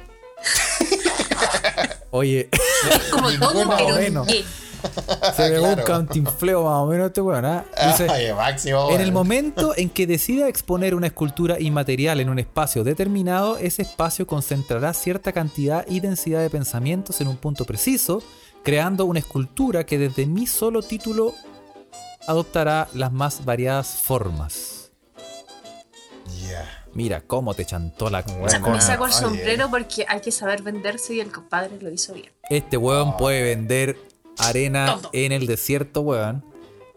Speaker 4: Oye,
Speaker 5: (laughs)
Speaker 4: (laughs)
Speaker 5: Como todo,
Speaker 1: Ninguno,
Speaker 5: pero
Speaker 4: bueno.
Speaker 5: ¿qué?
Speaker 4: se me
Speaker 1: claro.
Speaker 4: un cantinfleo más o menos este weón, ¿ah? Dice,
Speaker 1: Ay, máximo.
Speaker 4: En el
Speaker 1: weón.
Speaker 4: momento en que decida exponer una escultura inmaterial en un espacio determinado, ese espacio concentrará cierta cantidad y densidad de pensamientos en un punto preciso, creando una escultura que desde mi solo título adoptará las más variadas formas.
Speaker 1: Ya.
Speaker 4: Mira cómo te chantó la
Speaker 1: Bueno.
Speaker 5: O sea,
Speaker 4: con-
Speaker 5: me saco el
Speaker 1: oye.
Speaker 5: sombrero porque hay que saber venderse y el compadre lo hizo bien.
Speaker 4: Este weón puede vender arena
Speaker 5: Todo.
Speaker 4: en el desierto, weón.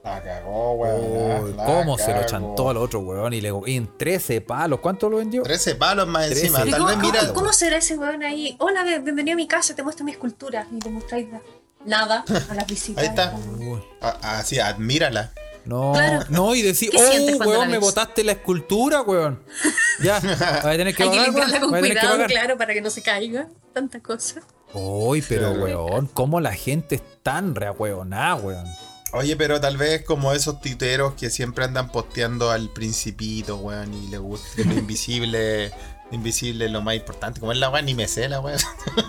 Speaker 1: La cagó,
Speaker 4: Uy,
Speaker 1: weón. la
Speaker 4: cómo se lo
Speaker 1: cagó.
Speaker 4: chantó al otro weón y le y en 13 palos. ¿Cuánto lo vendió?
Speaker 1: 13 palos más
Speaker 4: Trece.
Speaker 1: encima.
Speaker 4: ¿Y
Speaker 1: Tal
Speaker 5: ¿Cómo,
Speaker 1: vez, pues.
Speaker 5: cómo-
Speaker 1: mira.
Speaker 5: cómo será ese weón ahí? Hola, bien- bienvenido a mi casa, te muestro mi escultura y te mostráis la- nada a las visitas.
Speaker 1: Ahí está.
Speaker 4: Uy.
Speaker 1: a- Así, Ah, admírala.
Speaker 4: No,
Speaker 5: Claro.
Speaker 4: no, y decir,
Speaker 5: ¿Qué sientes
Speaker 4: oh,
Speaker 5: cuando
Speaker 4: weón,
Speaker 5: la
Speaker 4: me
Speaker 5: ves?
Speaker 4: botaste la escultura, weón.
Speaker 1: (laughs)
Speaker 4: Ya, voy a tener que
Speaker 5: Hay
Speaker 4: pagar,
Speaker 5: que
Speaker 4: weón.
Speaker 5: limpiarla con
Speaker 4: voy a tener que
Speaker 5: cuidado,
Speaker 4: pagar.
Speaker 5: claro, para que no se caiga. Tanta cosa.
Speaker 4: Uy, pero
Speaker 1: Claro.
Speaker 4: weón, cómo la gente es tan reahueonada, weón.
Speaker 1: Oye, pero tal vez como esos titeros que siempre andan posteando al principito, weón, y le gusta lo invisible, invisible es lo más importante. Como es la weón, ni me sé la weón.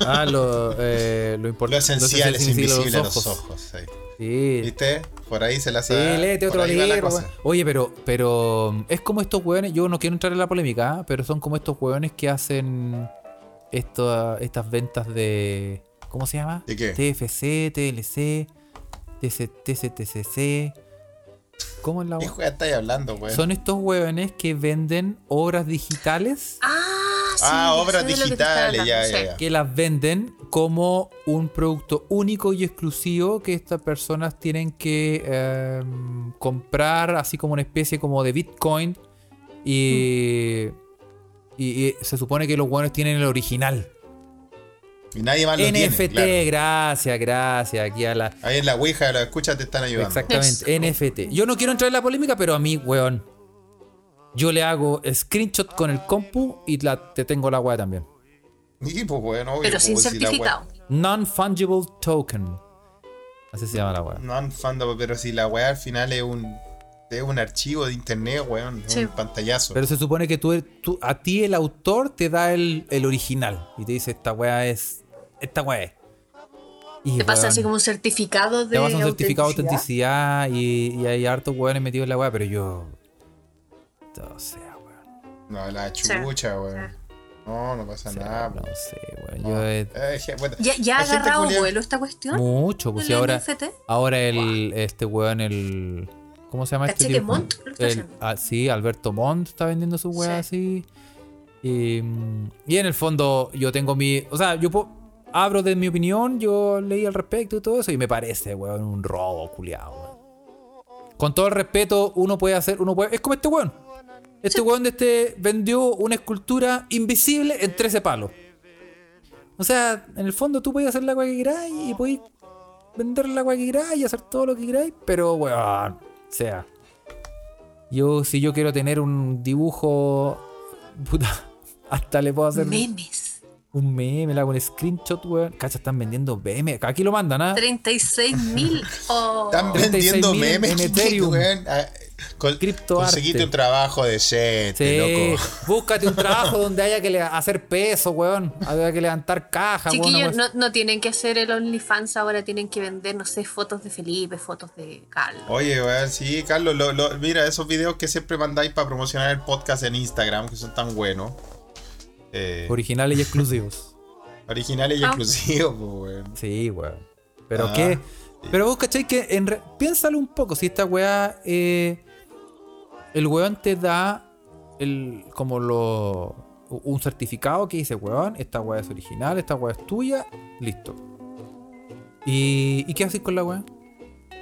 Speaker 4: Ah, lo, eh, lo
Speaker 1: Lo
Speaker 4: importante.
Speaker 1: esencial es invisible a los ojos. sí.
Speaker 4: Sí.
Speaker 1: ¿Viste? Por ahí se la
Speaker 4: Sí,
Speaker 1: sabe.
Speaker 4: léete
Speaker 1: Ah, por
Speaker 4: otro
Speaker 1: ahí va la
Speaker 4: libro,
Speaker 1: cosa.
Speaker 4: weón. Oye, pero, pero mm, es como estos weones, yo no quiero entrar en la polémica, ¿ah? pero son como estos weones que hacen esto, estas ventas de. ¿Cómo se llama?
Speaker 1: ¿De qué?
Speaker 4: TFC, TLC, TC, TCTCC. ¿Cómo es la
Speaker 1: ¿Qué
Speaker 4: wea?
Speaker 1: juega estáis hablando, weón?
Speaker 4: Son estos weones que venden obras digitales
Speaker 5: Ah, sí.
Speaker 1: ah,
Speaker 5: ya
Speaker 1: obras
Speaker 5: sé de lo que te
Speaker 1: digitales,
Speaker 5: estaba
Speaker 1: ya,
Speaker 5: hablando,
Speaker 1: ya,
Speaker 5: sí.
Speaker 1: ya.
Speaker 4: que las venden como un producto único y exclusivo que estas personas tienen que em, comprar, así como una especie como de Bitcoin. Y, y- y se supone que los buenos tienen el original.
Speaker 1: Y nadie más Ah, lo tiene.
Speaker 4: NFT,
Speaker 1: claro.
Speaker 4: gracias, gracias. Aquí a la.
Speaker 1: Ahí en la Ouija, los escuchas te están ayudando.
Speaker 4: Exactamente, NFT. Yo no quiero entrar en la polémica, pero a mí, weón. Yo le hago screenshot con el compu y la- te tengo la weá también.
Speaker 1: Y pues, weón, obvio,
Speaker 5: Pero sin
Speaker 1: pues, si la weá-
Speaker 5: certificado.
Speaker 4: Non-fungible token. Así se llama la weá.
Speaker 1: Non-fundable, pero si la weá al final es un, es un archivo de internet, weón, es
Speaker 5: Sí.
Speaker 1: un pantallazo.
Speaker 4: Pero se supone que tú, tú- a ti el autor te da el, el original y te dice esta weá es. Esta weá es. Y,
Speaker 5: Te pasa
Speaker 4: weón,
Speaker 5: así como un certificado de.
Speaker 4: Te pasa un certificado de
Speaker 5: autenticidad.
Speaker 4: autenticidad y, y hay hartos weones metidos en la weá, pero yo. O sea, weón.
Speaker 1: no, la chucha, weón. No, no pasa
Speaker 4: o sea,
Speaker 1: nada.
Speaker 4: no
Speaker 1: weón.
Speaker 4: sé, weón. Yo he-
Speaker 1: Eh, je- bueno,
Speaker 5: Ya, ya ha
Speaker 1: hay gente
Speaker 5: agarrado
Speaker 1: culia-
Speaker 5: vuelo esta cuestión.
Speaker 4: Mucho, pues y
Speaker 5: ¿El
Speaker 4: ahora,
Speaker 5: NFT?
Speaker 4: ahora el, este weón, el. ¿Cómo se llama este
Speaker 5: Caché que
Speaker 4: tipo?
Speaker 5: Montt lo está
Speaker 4: El-
Speaker 5: haciendo.
Speaker 4: ah, sí, Alberto Montt está vendiendo su weá así. Y, mm, y en el fondo, yo tengo mi. O sea, yo puedo. abro de mi opinión, yo leí al respecto y todo eso, y me parece, weón, un robo, culiado, Con todo el respeto, uno puede hacer, uno puede. Es como este weón. Este weón de este vendió una escultura invisible en 13 palos. O sea, en el fondo tú podías hacer la weá que queráis y podías vender la weá que queráis y hacer todo lo que queráis, pero weón, o sea. Yo, si yo quiero tener un dibujo. Puta, (laughs) hasta le puedo hacer
Speaker 5: (laughs) Memes.
Speaker 4: un meme, le hago un screenshot, weón. Cacha, están vendiendo meme. Aquí lo mandan, ¿ah?
Speaker 5: (laughs) 36.000. Oh,
Speaker 1: Están vendiendo
Speaker 4: 36.000 en
Speaker 1: memes. (laughs)
Speaker 4: Ethereum.
Speaker 1: weón. Ah, con-
Speaker 4: Criptoarte.
Speaker 1: Conseguiste un trabajo decente,
Speaker 4: Sí,
Speaker 1: loco.
Speaker 4: búscate un trabajo donde haya que le- hacer peso, weón. Haya que levantar caja, weón. una
Speaker 5: Chiquillos,
Speaker 4: weá
Speaker 5: no, no tienen que hacer el OnlyFans ahora, tienen que vender, no sé, fotos de Felipe, fotos de Carlos.
Speaker 1: Oye, weón, sí, Carlos, lo- lo- mira, esos videos que siempre mandáis para promocionar el podcast en Instagram, que son tan buenos. Eh,
Speaker 4: así. Originales
Speaker 1: (laughs)
Speaker 4: y exclusivos.
Speaker 1: originales y
Speaker 5: Ah.
Speaker 1: exclusivos, (laughs) pues, weón.
Speaker 4: Sí, weón. Pero
Speaker 1: Ah,
Speaker 4: qué.
Speaker 1: sí.
Speaker 4: Pero vos, ¿cachai? Que en re- piénsalo un poco. Si esta weá. eh, el weón te da. El, como lo. Un certificado que dice, weón, esta weá es original, esta weá es tuya, listo. ¿Y, ¿y qué haces con la weá?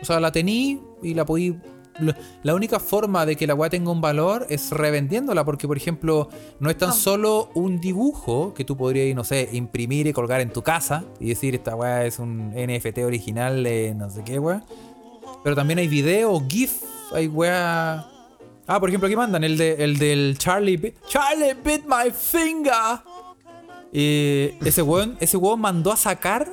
Speaker 4: O sea, la tení y la podí. lo- La única forma de que la weá tenga un valor es revendiéndola, porque, por ejemplo, no es tan
Speaker 5: Ah.
Speaker 4: solo un dibujo que tú podrías, no sé, imprimir y colgar en tu casa y decir, esta weá es un NFT original de no sé qué weá. Pero también hay video, GIF, hay weá. Ah, por ejemplo, aquí mandan el, de, el del Charlie Bit. ¡Charlie bit my finger! Eh, ese weón, ese weón mandó a sacar.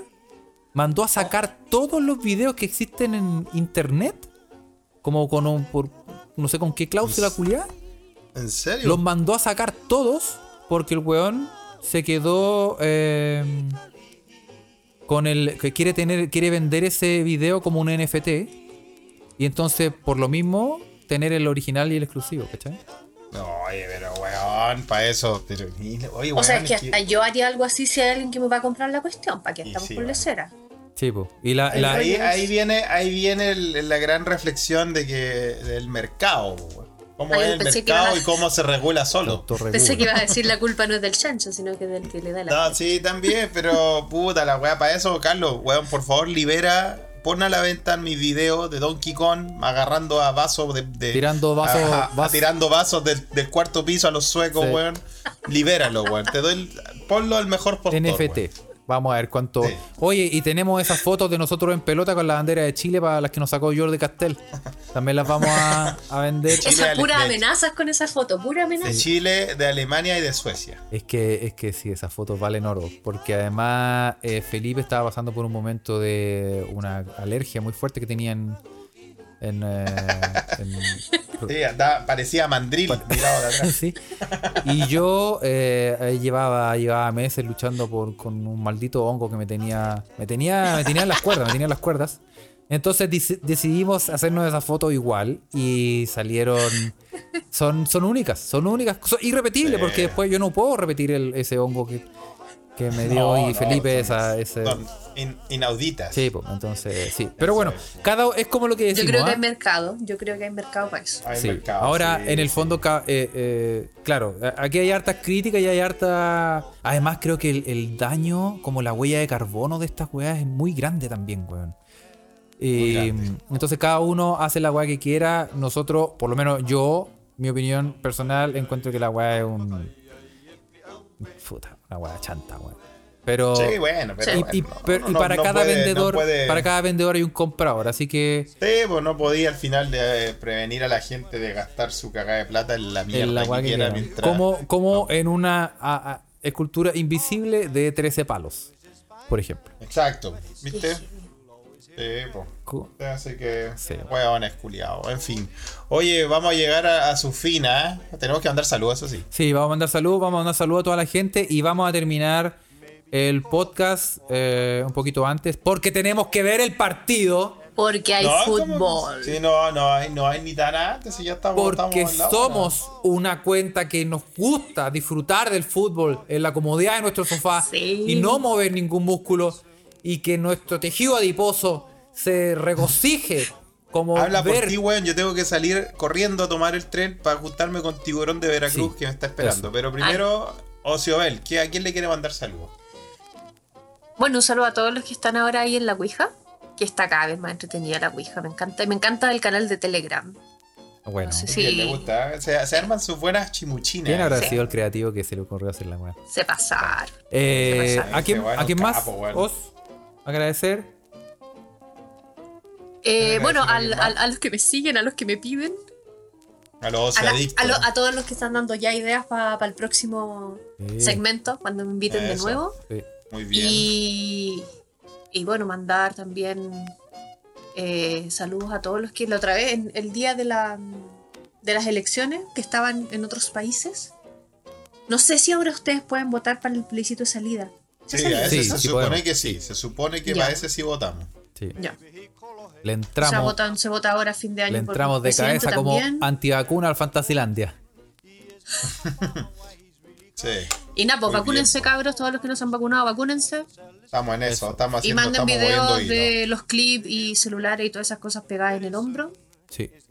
Speaker 4: Mandó a sacar todos los videos que existen en internet. Como con un. por- no sé con qué cláusula culiada.
Speaker 1: ¿En serio?
Speaker 4: Los mandó a sacar todos. Porque el weón se quedó. eh, con el. que quiere tener. Quiere vender ese video como un NFT. Y entonces, por lo mismo, tener el original y el exclusivo, ¿cachai?
Speaker 1: No, oye, pero weón, para eso. Pero, mira, oye,
Speaker 5: O sea,
Speaker 1: weón,
Speaker 5: es que
Speaker 1: es que-
Speaker 5: hasta yo haría algo así si hay alguien que me va a comprar la cuestión, ¿para qué
Speaker 1: Y
Speaker 5: estamos
Speaker 1: sí,
Speaker 5: con
Speaker 1: vale.
Speaker 5: lecera?
Speaker 4: Sí, po. Y la.
Speaker 1: Ahí,
Speaker 4: la-
Speaker 1: ahí- ahí viene, ahí viene el- la gran reflexión de que del mercado, pues, weón. cómo
Speaker 5: Ah, yo
Speaker 1: es el
Speaker 5: pensé que ibas
Speaker 1: mercado
Speaker 5: a-
Speaker 1: y cómo se regula solo.
Speaker 4: autorregula.
Speaker 5: Pensé que ibas a decir la culpa no es del chancho, sino que del que le da la.
Speaker 1: No, sí, también, pero puta la weá para eso, Carlos, weón, por favor, libera, pon a la venta mis videos de Donkey Kong agarrando a vasos de, de-
Speaker 4: Tirando vasos-
Speaker 1: a- a-
Speaker 4: vas-
Speaker 1: tirando vasos del, del cuarto piso a los suecos,
Speaker 4: Sí.
Speaker 1: weón. Libéralo, weón. Te doy el- ponlo al mejor postor.
Speaker 4: NFT.
Speaker 1: weón.
Speaker 4: Vamos a ver cuánto.
Speaker 1: Sí.
Speaker 4: Oye, y tenemos esas fotos de nosotros en pelota con la bandera de Chile para las que nos sacó Jordi Castel. También las vamos a, a vender.
Speaker 1: Sí. Chile
Speaker 5: Esas
Speaker 1: al-
Speaker 5: puras
Speaker 1: de-
Speaker 5: amenazas con esa foto, pura
Speaker 1: De
Speaker 5: amenaza.
Speaker 1: Chile, de Alemania y de Suecia.
Speaker 4: Es que, es que sí, esas fotos valen oro. Porque además eh, Felipe estaba pasando por un momento de una alergia muy fuerte que tenía en. en, eh, en-
Speaker 1: Sí, andaba- parecía mandril tirado de atrás.
Speaker 4: (laughs) Sí. Y yo eh, eh, llevaba, llevaba meses luchando por, con un maldito hongo que me tenía. Me tenía, me tenía en las cuerdas, me tenía en las cuerdas. Entonces deci- decidimos hacernos esa foto igual y salieron. Son, son únicas, son únicas, son irrepetibles,
Speaker 1: Sí.
Speaker 4: porque después yo no puedo repetir el- ese hongo que, que me dio
Speaker 1: No,
Speaker 4: y
Speaker 1: no,
Speaker 4: Felipe
Speaker 1: son-
Speaker 4: esa, ese.
Speaker 1: Son in- inauditas.
Speaker 4: Sí, pues, entonces sí. Pero bueno, cada es como lo que
Speaker 5: Yo
Speaker 4: decimos.
Speaker 5: creo
Speaker 4: ¿ah?
Speaker 5: que hay mercado, yo creo que hay mercado para eso.
Speaker 1: Hay
Speaker 4: Sí.
Speaker 1: mercado,
Speaker 4: Ahora,
Speaker 1: sí,
Speaker 4: en el
Speaker 1: sí.
Speaker 4: fondo, ca- eh, eh, claro, a- aquí hay hartas críticas y hay harta. Además, creo que el, el daño, como la huella de carbono de estas weas, es muy grande también, weón.
Speaker 1: Muy
Speaker 4: Eh,
Speaker 1: grande.
Speaker 4: entonces, cada uno hace la wea que quiera. Nosotros, por lo menos yo, mi opinión personal, encuentro que la wea es un. Puta, una wea chanta, weón. Pero.
Speaker 1: Sí, bueno, pero.
Speaker 5: Sí.
Speaker 1: bueno,
Speaker 4: y, y-
Speaker 1: no,
Speaker 4: pero- y
Speaker 1: no-
Speaker 4: para
Speaker 1: no
Speaker 4: cada
Speaker 1: puede- no
Speaker 4: vendedor,
Speaker 1: puede-
Speaker 4: para cada vendedor hay un comprador, así que.
Speaker 1: Sí, pues no podía al final de eh, prevenir a la gente de gastar su cagada de plata en la mierda
Speaker 4: en la
Speaker 1: que
Speaker 4: guagua que
Speaker 1: quiera
Speaker 4: quieran.
Speaker 1: mientras-
Speaker 4: Como, como en una a- a- escultura invisible de 13 palos, por ejemplo.
Speaker 1: Exacto, ¿viste? Sí, pues.
Speaker 4: Co-
Speaker 1: Así que,
Speaker 4: Sí.
Speaker 1: huevón es culiao. En fin. Oye, vamos a llegar a, a su fin, ¿ah? Tenemos que mandar saludos, eso sí.
Speaker 4: Sí, vamos a mandar saludos, vamos a mandar saludos a toda la gente y vamos a terminar el podcast eh, un poquito antes porque tenemos que ver el partido.
Speaker 5: Porque hay
Speaker 1: No, como-
Speaker 5: fútbol.
Speaker 1: Sí, no, no hay, no hay ni tan antes, y ya estamos.
Speaker 4: Porque
Speaker 1: estamos en la hora.
Speaker 4: somos una cuenta que nos gusta disfrutar del fútbol en la comodidad de nuestro sofá
Speaker 5: Sí.
Speaker 4: y no mover ningún músculo y que nuestro tejido adiposo se regocije como
Speaker 1: Habla por
Speaker 4: ver
Speaker 1: ti, weón. Yo tengo que salir corriendo a tomar el tren para juntarme con Tiburón de Veracruz
Speaker 4: Sí,
Speaker 1: que me está esperando.
Speaker 4: eso.
Speaker 1: Pero primero, Ociobel, ¿qué- ¿a quién le quiere mandar saludos?
Speaker 5: Bueno, un saludo a todos los que están ahora ahí en la Ouija, que está cada vez más entretenida la Ouija. Me encanta, me encanta el canal de Telegram.
Speaker 4: Bueno,
Speaker 5: No sé si-
Speaker 1: Bien, le gusta. ¿eh? Se, se arman sus buenas
Speaker 4: ¿quién
Speaker 1: chimuchinas.
Speaker 4: habrá
Speaker 5: Sí.
Speaker 4: sido el creativo que se le ocurrió hacer la weá?
Speaker 5: Se pasar.
Speaker 4: Eh,
Speaker 5: Ese
Speaker 4: ¿A quién,
Speaker 1: weón
Speaker 4: a
Speaker 1: es
Speaker 4: quién
Speaker 1: un
Speaker 4: más
Speaker 1: capo, weón.
Speaker 4: os agradecer?
Speaker 5: Eh,
Speaker 1: Agradecido a
Speaker 5: bueno, al-
Speaker 1: alguien
Speaker 5: al-
Speaker 1: más.
Speaker 5: a los que me siguen, a los que me piden,
Speaker 1: A los
Speaker 5: a, la-
Speaker 1: adictos.
Speaker 5: a lo- a todos los que están dando ya ideas para el próximo
Speaker 4: Sí,
Speaker 5: segmento, cuando me inviten de
Speaker 1: Eso.
Speaker 5: nuevo.
Speaker 4: Eh, sí.
Speaker 1: Muy bien.
Speaker 5: Y, y bueno, mandar también eh, saludos a todos los que la otra vez, en el día de, la, de las elecciones que estaban en otros países. No sé si ahora ustedes pueden votar para el plebiscito de salida. ¿Se
Speaker 1: Sí,
Speaker 5: salió?
Speaker 1: a ese
Speaker 4: Sí,
Speaker 1: se
Speaker 4: sí
Speaker 1: supone
Speaker 4: podemos.
Speaker 1: que sí. Se supone que
Speaker 5: Ya.
Speaker 1: para ese sí votamos.
Speaker 4: sí.
Speaker 5: Ya.
Speaker 4: Le
Speaker 5: O sea,
Speaker 4: entramos,
Speaker 5: votan- se vota ahora a fin de año.
Speaker 4: le
Speaker 5: por
Speaker 4: entramos de
Speaker 5: presidente
Speaker 4: cabeza como
Speaker 5: también.
Speaker 4: antivacuna al Fantasilandia.
Speaker 1: Sí.
Speaker 5: Y nada, pues
Speaker 1: Muy
Speaker 5: vacúnense,
Speaker 1: bien, pues.
Speaker 5: cabros, todos los que no se han vacunado, vacúnense.
Speaker 1: Estamos en eso. Estamos
Speaker 5: y
Speaker 1: haciendo.
Speaker 5: manden
Speaker 1: Estamos moviendo
Speaker 5: videos
Speaker 1: hilo.
Speaker 5: de los clips y celulares y todas esas cosas pegadas en el hombro
Speaker 4: Sí.
Speaker 1: Eso.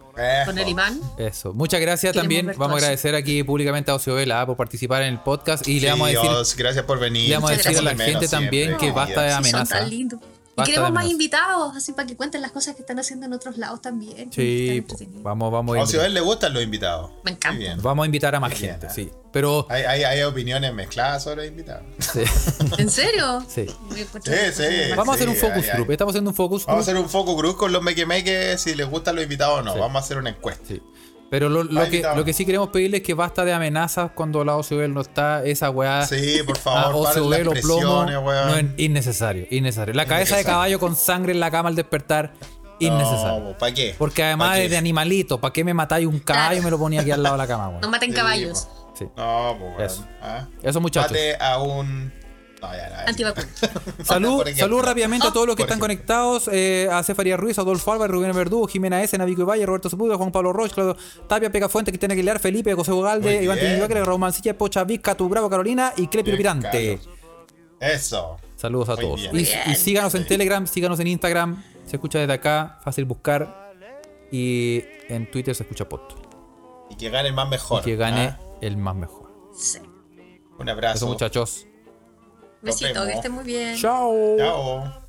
Speaker 5: con el imán.
Speaker 4: Eso. Muchas gracias
Speaker 5: Queremos
Speaker 4: también.
Speaker 5: ver
Speaker 4: Vamos a
Speaker 5: todo eso.
Speaker 4: agradecer aquí públicamente a Ocio Vela ah, por participar en el podcast y
Speaker 1: Sí,
Speaker 4: le vamos a decir,
Speaker 1: Dios, gracias por venir.
Speaker 4: le vamos a,
Speaker 5: Muchas
Speaker 4: decir a la
Speaker 5: gracias.
Speaker 4: gente
Speaker 1: Menos
Speaker 4: también
Speaker 1: siempre,
Speaker 4: que basta de
Speaker 1: queridos.
Speaker 5: Sí, son
Speaker 4: amenaza.
Speaker 5: tan lindos. Y
Speaker 4: Basta de
Speaker 5: queremos más
Speaker 4: amenaza.
Speaker 5: invitados, así para que cuenten las cosas que están haciendo en otros lados también. Están
Speaker 4: Sí, po.
Speaker 5: entretenidos.
Speaker 4: vamos, vamos, a
Speaker 1: O si a
Speaker 4: invitar,
Speaker 1: él le gustan los invitados.
Speaker 5: Me encanta.
Speaker 1: Muy bien.
Speaker 4: vamos a invitar a más
Speaker 1: Bien,
Speaker 4: gente,
Speaker 1: ah.
Speaker 4: sí. Pero
Speaker 1: Hay, hay, hay opiniones mezcladas sobre los invitados.
Speaker 4: sí,
Speaker 5: ¿En serio?
Speaker 4: sí.
Speaker 5: Me encuentro-
Speaker 1: Sí, sí.
Speaker 4: vamos a hacer un
Speaker 1: ay,
Speaker 4: focus
Speaker 1: ay.
Speaker 4: group. Estamos haciendo un focus
Speaker 1: Vamos a
Speaker 4: group.
Speaker 1: hacer un foco cruz con los make make si les gustan los invitados o no.
Speaker 4: Sí.
Speaker 1: Vamos a hacer una encuesta.
Speaker 4: Sí. Pero lo, lo
Speaker 1: Ah,
Speaker 4: que,
Speaker 1: invitado.
Speaker 4: lo que sí queremos pedirles es que basta de amenazas cuando la Ocio Vela no está. Esa weá.
Speaker 1: Sí, por
Speaker 4: Ah,
Speaker 1: favor,
Speaker 4: oso,
Speaker 1: paren las
Speaker 4: velo, plomo.
Speaker 1: presiones,
Speaker 4: No, es
Speaker 1: weón.
Speaker 4: innecesario, innecesario. La cabeza de
Speaker 1: Innecesario.
Speaker 4: caballo con sangre en la cama al despertar, innecesario.
Speaker 1: ¿Para qué?
Speaker 4: Porque además
Speaker 1: ¿Pa' qué?
Speaker 4: es de animalito. ¿Para qué me matáis un caballo y me lo ponía aquí al lado de la cama, weón?
Speaker 5: No maten
Speaker 1: Sí,
Speaker 5: caballos.
Speaker 1: po.
Speaker 4: Sí.
Speaker 1: No, pues weón.
Speaker 4: Eso.
Speaker 1: Ah.
Speaker 4: Eso, muchachos.
Speaker 1: Mate a un. No, ya, ya.
Speaker 5: Antivacunas.
Speaker 4: (laughs)
Speaker 1: (laughs)
Speaker 4: Salud,
Speaker 1: Por ejemplo. Ah,
Speaker 4: salud rápidamente a todos los que
Speaker 1: Por
Speaker 4: están
Speaker 1: ejemplo.
Speaker 4: conectados: eh, a Cefaría Ruiz, Adolfo Álvarez, Rubén Verdugo, Jimena S, Navico Valle, Roberto Sepúlveda, Juan Pablo Roche, Claudio Tapia, Pecafuente, Cristian Aguilar, Felipe, José Ugalde,
Speaker 1: Muy
Speaker 4: Iván
Speaker 1: bien.
Speaker 4: Tiñibaquere, Román Silla, Pocha Vizca, Tu Bravo Carolina y
Speaker 1: Bien,
Speaker 4: Clepiro Pirante.
Speaker 1: Carlos. Eso.
Speaker 4: Saludos a
Speaker 1: Muy
Speaker 4: todos.
Speaker 1: bien.
Speaker 4: Y,
Speaker 1: Muy
Speaker 4: y síganos en Telegram, síganos en Instagram. Se escucha desde acá, fácil buscar. Y en Twitter se escucha post.
Speaker 1: Y que gane el más mejor.
Speaker 4: y que gane
Speaker 1: ¿ah?
Speaker 4: el más mejor.
Speaker 5: Sí.
Speaker 1: Un
Speaker 4: Eso,
Speaker 1: abrazo.
Speaker 4: muchachos.
Speaker 5: Besito,
Speaker 1: vemos.
Speaker 5: que estén muy bien.
Speaker 4: Chao.
Speaker 1: Chao.